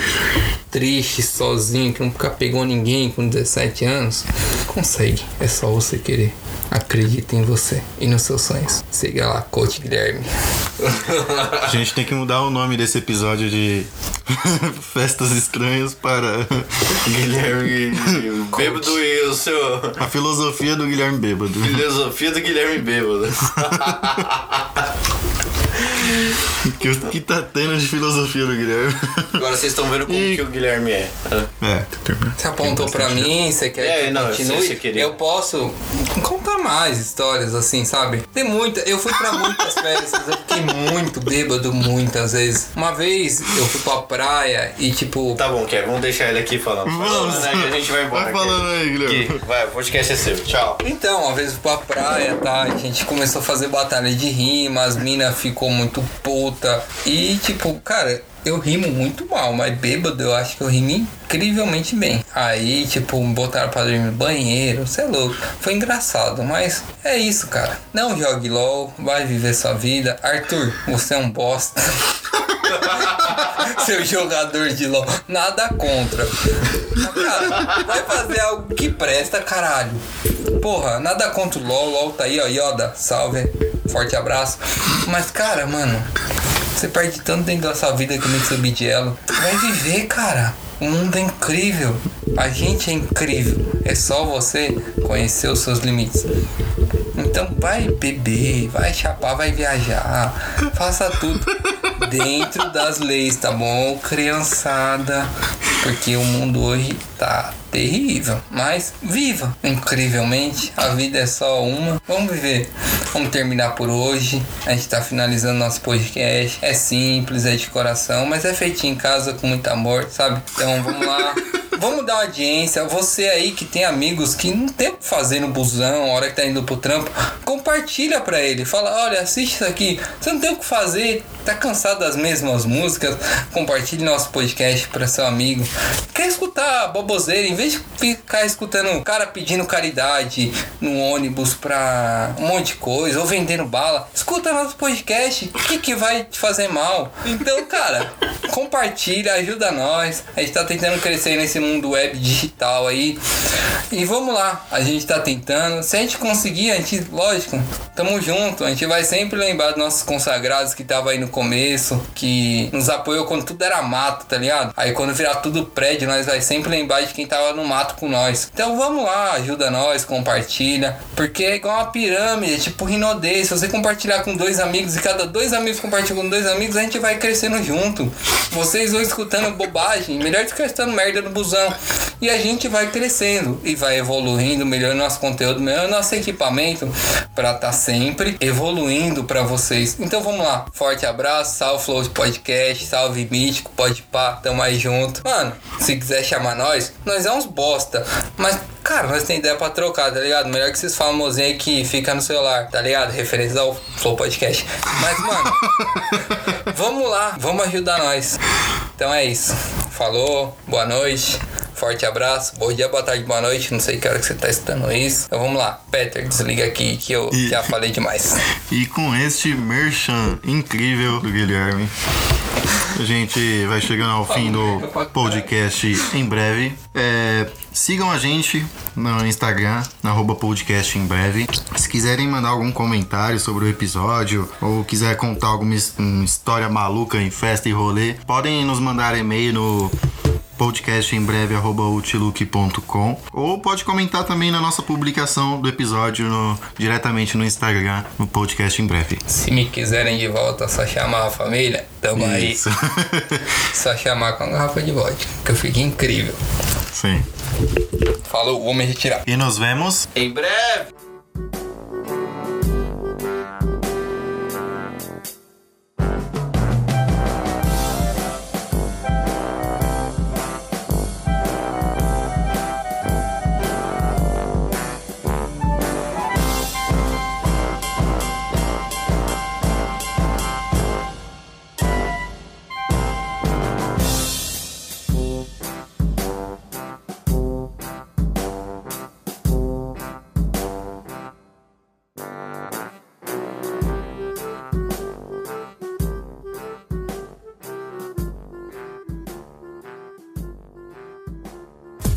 [SPEAKER 3] triste, sozinho, que nunca pegou ninguém com 17 anos, consegue. É só você querer. Acredita em você e nos seus sonhos. Siga lá, Coach Guilherme.
[SPEAKER 2] A gente tem que mudar o nome desse episódio de Festas Estranhas para
[SPEAKER 1] Guilherme Bêbado e o seu.
[SPEAKER 2] a filosofia do Guilherme Bêbado.
[SPEAKER 1] Filosofia do Guilherme Bêbado.
[SPEAKER 2] Que, o que tá tendo de filosofia do Guilherme?
[SPEAKER 1] Agora vocês estão vendo como
[SPEAKER 2] Ih.
[SPEAKER 1] que o Guilherme é.
[SPEAKER 2] É.
[SPEAKER 3] Você apontou pra mim, você quer
[SPEAKER 1] É,
[SPEAKER 3] que eu
[SPEAKER 1] não, eu sei
[SPEAKER 3] continue?
[SPEAKER 1] que você queria.
[SPEAKER 3] eu posso contar mais histórias assim, sabe? Tem muita. Eu fui pra muitas festas, eu fiquei muito bêbado muitas vezes. Uma vez eu fui pra praia e tipo.
[SPEAKER 1] Tá bom, Kevin, vamos deixar ele aqui falando. Vai
[SPEAKER 2] Vamos.
[SPEAKER 1] falando aí que a gente vai embora.
[SPEAKER 2] Vai falando aí, Guilherme.
[SPEAKER 1] Gui, vai, o podcast é seu. Tchau.
[SPEAKER 3] Então, uma vez eu fui pra praia, tá? A gente começou a fazer batalha de rima, as minas ficou muito puta. E tipo, cara, eu rimo muito mal, mas bêbado eu acho que eu rimo incrivelmente bem. Aí, tipo, me botaram pra dormir no banheiro, sei louco. Foi engraçado, mas é isso, cara. Não jogue LOL, vai viver sua vida. Arthur, você é um bosta. Seu jogador de LOL, nada contra. Cara, vai fazer algo que presta, caralho. Porra, nada contra o LOL, LOL tá aí, ó, Yoda, salve, forte abraço. Mas, cara, mano, você perde tanto dentro da sua vida que nem subir de elo. Vai viver, cara. O mundo é incrível. A gente é incrível. É só você conhecer os seus limites. Então vai beber, vai chapar, vai viajar, faça tudo dentro das leis, tá bom, criançada? Porque o mundo hoje tá terrível, mas viva! Incrivelmente, a vida é só uma. Vamos viver. Vamos terminar por hoje. A gente tá finalizando nosso podcast. É simples, é de coração, mas é feitinho em casa com muito amor, sabe? Então vamos lá. Vamos dar audiência. Você aí que tem amigos que não tem o que fazer no busão, a hora que tá indo pro trampo, compartilha pra ele. Fala, olha, assiste isso aqui. Você não tem o que fazer, tá cansado das mesmas músicas? Compartilhe nosso podcast pra seu amigo. Quer escutar boboseira? Em vez de ficar escutando um cara pedindo caridade no ônibus pra um monte de coisa, ou vendendo bala, escuta nosso podcast. O que, que vai te fazer mal? Então, cara, compartilha, ajuda nós. A gente tá tentando crescer nesse mundo web digital aí. E vamos lá, a gente tá tentando. Se a gente conseguir, a gente, lógico, tamo junto. A gente vai sempre lembrar dos nossos consagrados que tava aí no começo, que nos apoiou quando tudo era mato, tá ligado? Aí quando virar tudo prédio, nós vai sempre lembrar de quem tava no mato com nós. Então vamos lá, ajuda nós, compartilha. Porque é igual uma pirâmide, é tipo Rinodê. Se você compartilhar com dois amigos e cada dois amigos compartilham com dois amigos, a gente vai crescendo junto. Vocês vão escutando bobagem, melhor do que escutando merda no busão. E a gente vai crescendo e vai evoluindo, melhorando nosso conteúdo, melhorando nosso equipamento pra estar sempre evoluindo pra vocês. Então vamos lá, forte abraço, salve Flow Podcast, salve Mítico, pode pá, tamo aí junto. Mano, se quiser chamar nós, nós é uns bosta, mas Cara, nós tem ideia pra trocar, tá ligado? Melhor que esses famosos aí que fica no celular, tá ligado? Referência ao Flow Podcast. Mas, mano, vamos lá, vamos ajudar nós. Então é isso. Falou, boa noite, forte abraço, bom dia, boa tarde, boa noite. Não sei que hora que você tá escutando isso. Então vamos lá, Peter, desliga aqui que eu
[SPEAKER 2] E-
[SPEAKER 3] já falei demais.
[SPEAKER 2] E com este merchan incrível do Guilherme, a gente vai chegando ao fim do podcast em breve. É, sigam a gente no Instagram, na arroba podcast em breve. Se quiserem mandar algum comentário sobre o episódio ou quiser contar alguma his- uma história maluca em festa e rolê, podem nos mandar e-mail no podcast em breve arroba outlook.com ou pode comentar também na nossa publicação do episódio no- diretamente no Instagram no podcast em breve
[SPEAKER 3] Se me quiserem de volta, só chamar a família, tamo aí.
[SPEAKER 2] isso
[SPEAKER 3] Só chamar com a garrafa de vodka, que eu fiquei incrível.
[SPEAKER 2] sim
[SPEAKER 3] Falou, homem retirar.
[SPEAKER 2] e nos vemos
[SPEAKER 1] Em breve.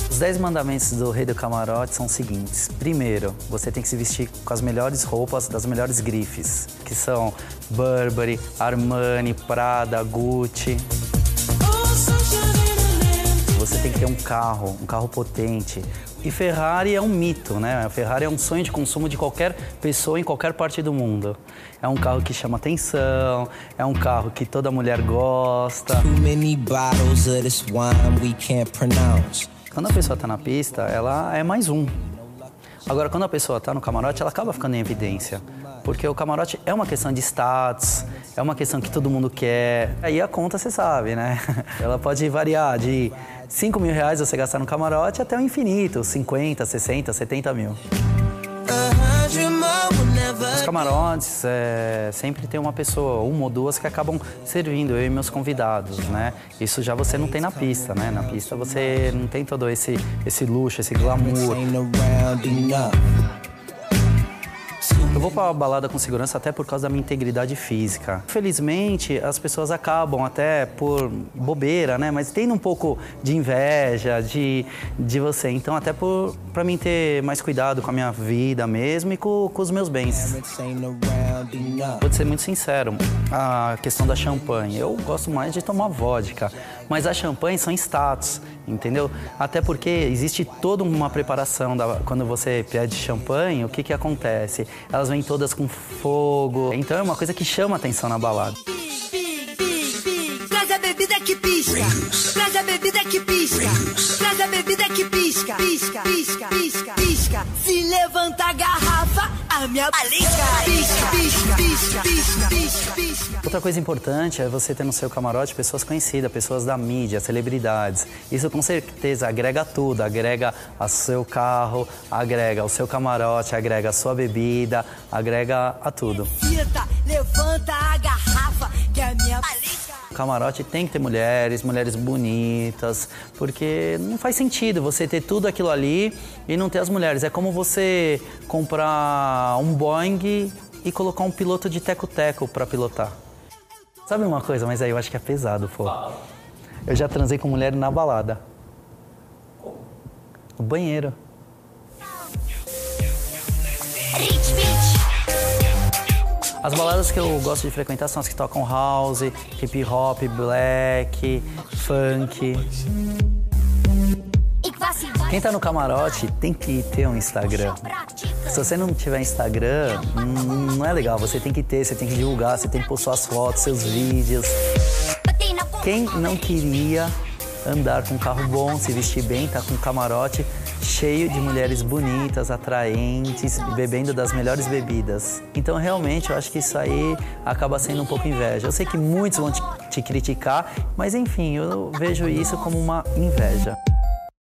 [SPEAKER 5] Os 10 mandamentos do Rei do Camarote são os seguintes. Primeiro, você tem que se vestir com as melhores roupas das melhores grifes, que são Burberry, Armani, Prada, Gucci. Você tem que ter um carro, um carro potente, E Ferrari é um mito, né? A Ferrari é um sonho de consumo de qualquer pessoa em qualquer parte do mundo. É um carro que chama atenção, é um carro que toda mulher gosta.
[SPEAKER 6] Too many bottles of this wine we can't pronounce.
[SPEAKER 5] Quando a pessoa está na pista, ela é mais um. Agora, quando a pessoa está no camarote, ela acaba ficando em evidência. Porque o camarote é uma questão de status, é uma questão que todo mundo quer. Aí a conta você sabe, né? Ela pode variar de 5 mil reais você gastar no camarote até o infinito, 50, 60, 70 mil.
[SPEAKER 6] A hundred more will never
[SPEAKER 5] Os camarotes é, sempre tem uma pessoa, uma ou duas, que acabam servindo, eu e meus convidados, né? Isso já você não tem na pista, né? Na pista você não tem todo esse, esse luxo, esse glamour.
[SPEAKER 6] ain't around enough.
[SPEAKER 5] Eu vou pra balada com segurança até por causa da minha integridade física. Felizmente, as pessoas acabam até por bobeira, né? Mas tem um pouco de inveja de, de você. Então, até por para mim ter mais cuidado com a minha vida mesmo e com, com os meus bens.
[SPEAKER 6] Parents ain't around enough.
[SPEAKER 5] Vou te ser muito sincero, a questão da champanhe, eu gosto mais de tomar vodka, mas a champanhe são status, entendeu? Até porque existe toda uma preparação da- quando você pede champanhe, o que que acontece? Elas vêm todas com fogo, então é uma coisa que chama atenção na balada.
[SPEAKER 7] Traz a bebida que pisca. Traz a bebida que pisca. Traz a bebida que pisca. Pisca, pisca, pisca, pisca. Se levanta a garrafa, a minha balica. Pisca, pisca, pisca, pisca, pisca, pisca.
[SPEAKER 5] Outra coisa importante é você ter no seu camarote pessoas conhecidas, pessoas da mídia, celebridades. Isso com certeza agrega tudo, agrega ao seu carro, agrega ao seu camarote, agrega a sua bebida, agrega a tudo.
[SPEAKER 7] Fita, levanta a garrafa, que é a minha balica.
[SPEAKER 5] O camarote tem que ter mulheres, mulheres bonitas, porque não faz sentido você ter tudo aquilo ali e não ter as mulheres. É como você comprar um Boeing e colocar um piloto de teco-teco pra pilotar. Sabe uma coisa, mas aí eu acho que é pesado, pô. Eu já transei com mulher na balada. No banheiro. As baladas que eu gosto de frequentar são as que tocam house, hip hop, black, funk. Quem tá no camarote tem que ter um Instagram. Se você não tiver Instagram, hum, não é legal. Você tem que ter, você tem que divulgar, você tem que pôr suas fotos, seus vídeos. Quem não queria andar com um carro bom, se vestir bem, tá com um camarote cheio de mulheres bonitas, atraentes, bebendo das melhores bebidas. Então, realmente, eu acho que isso aí acaba sendo um pouco inveja. Eu sei que muitos vão te, te criticar, mas enfim, eu vejo isso como uma inveja.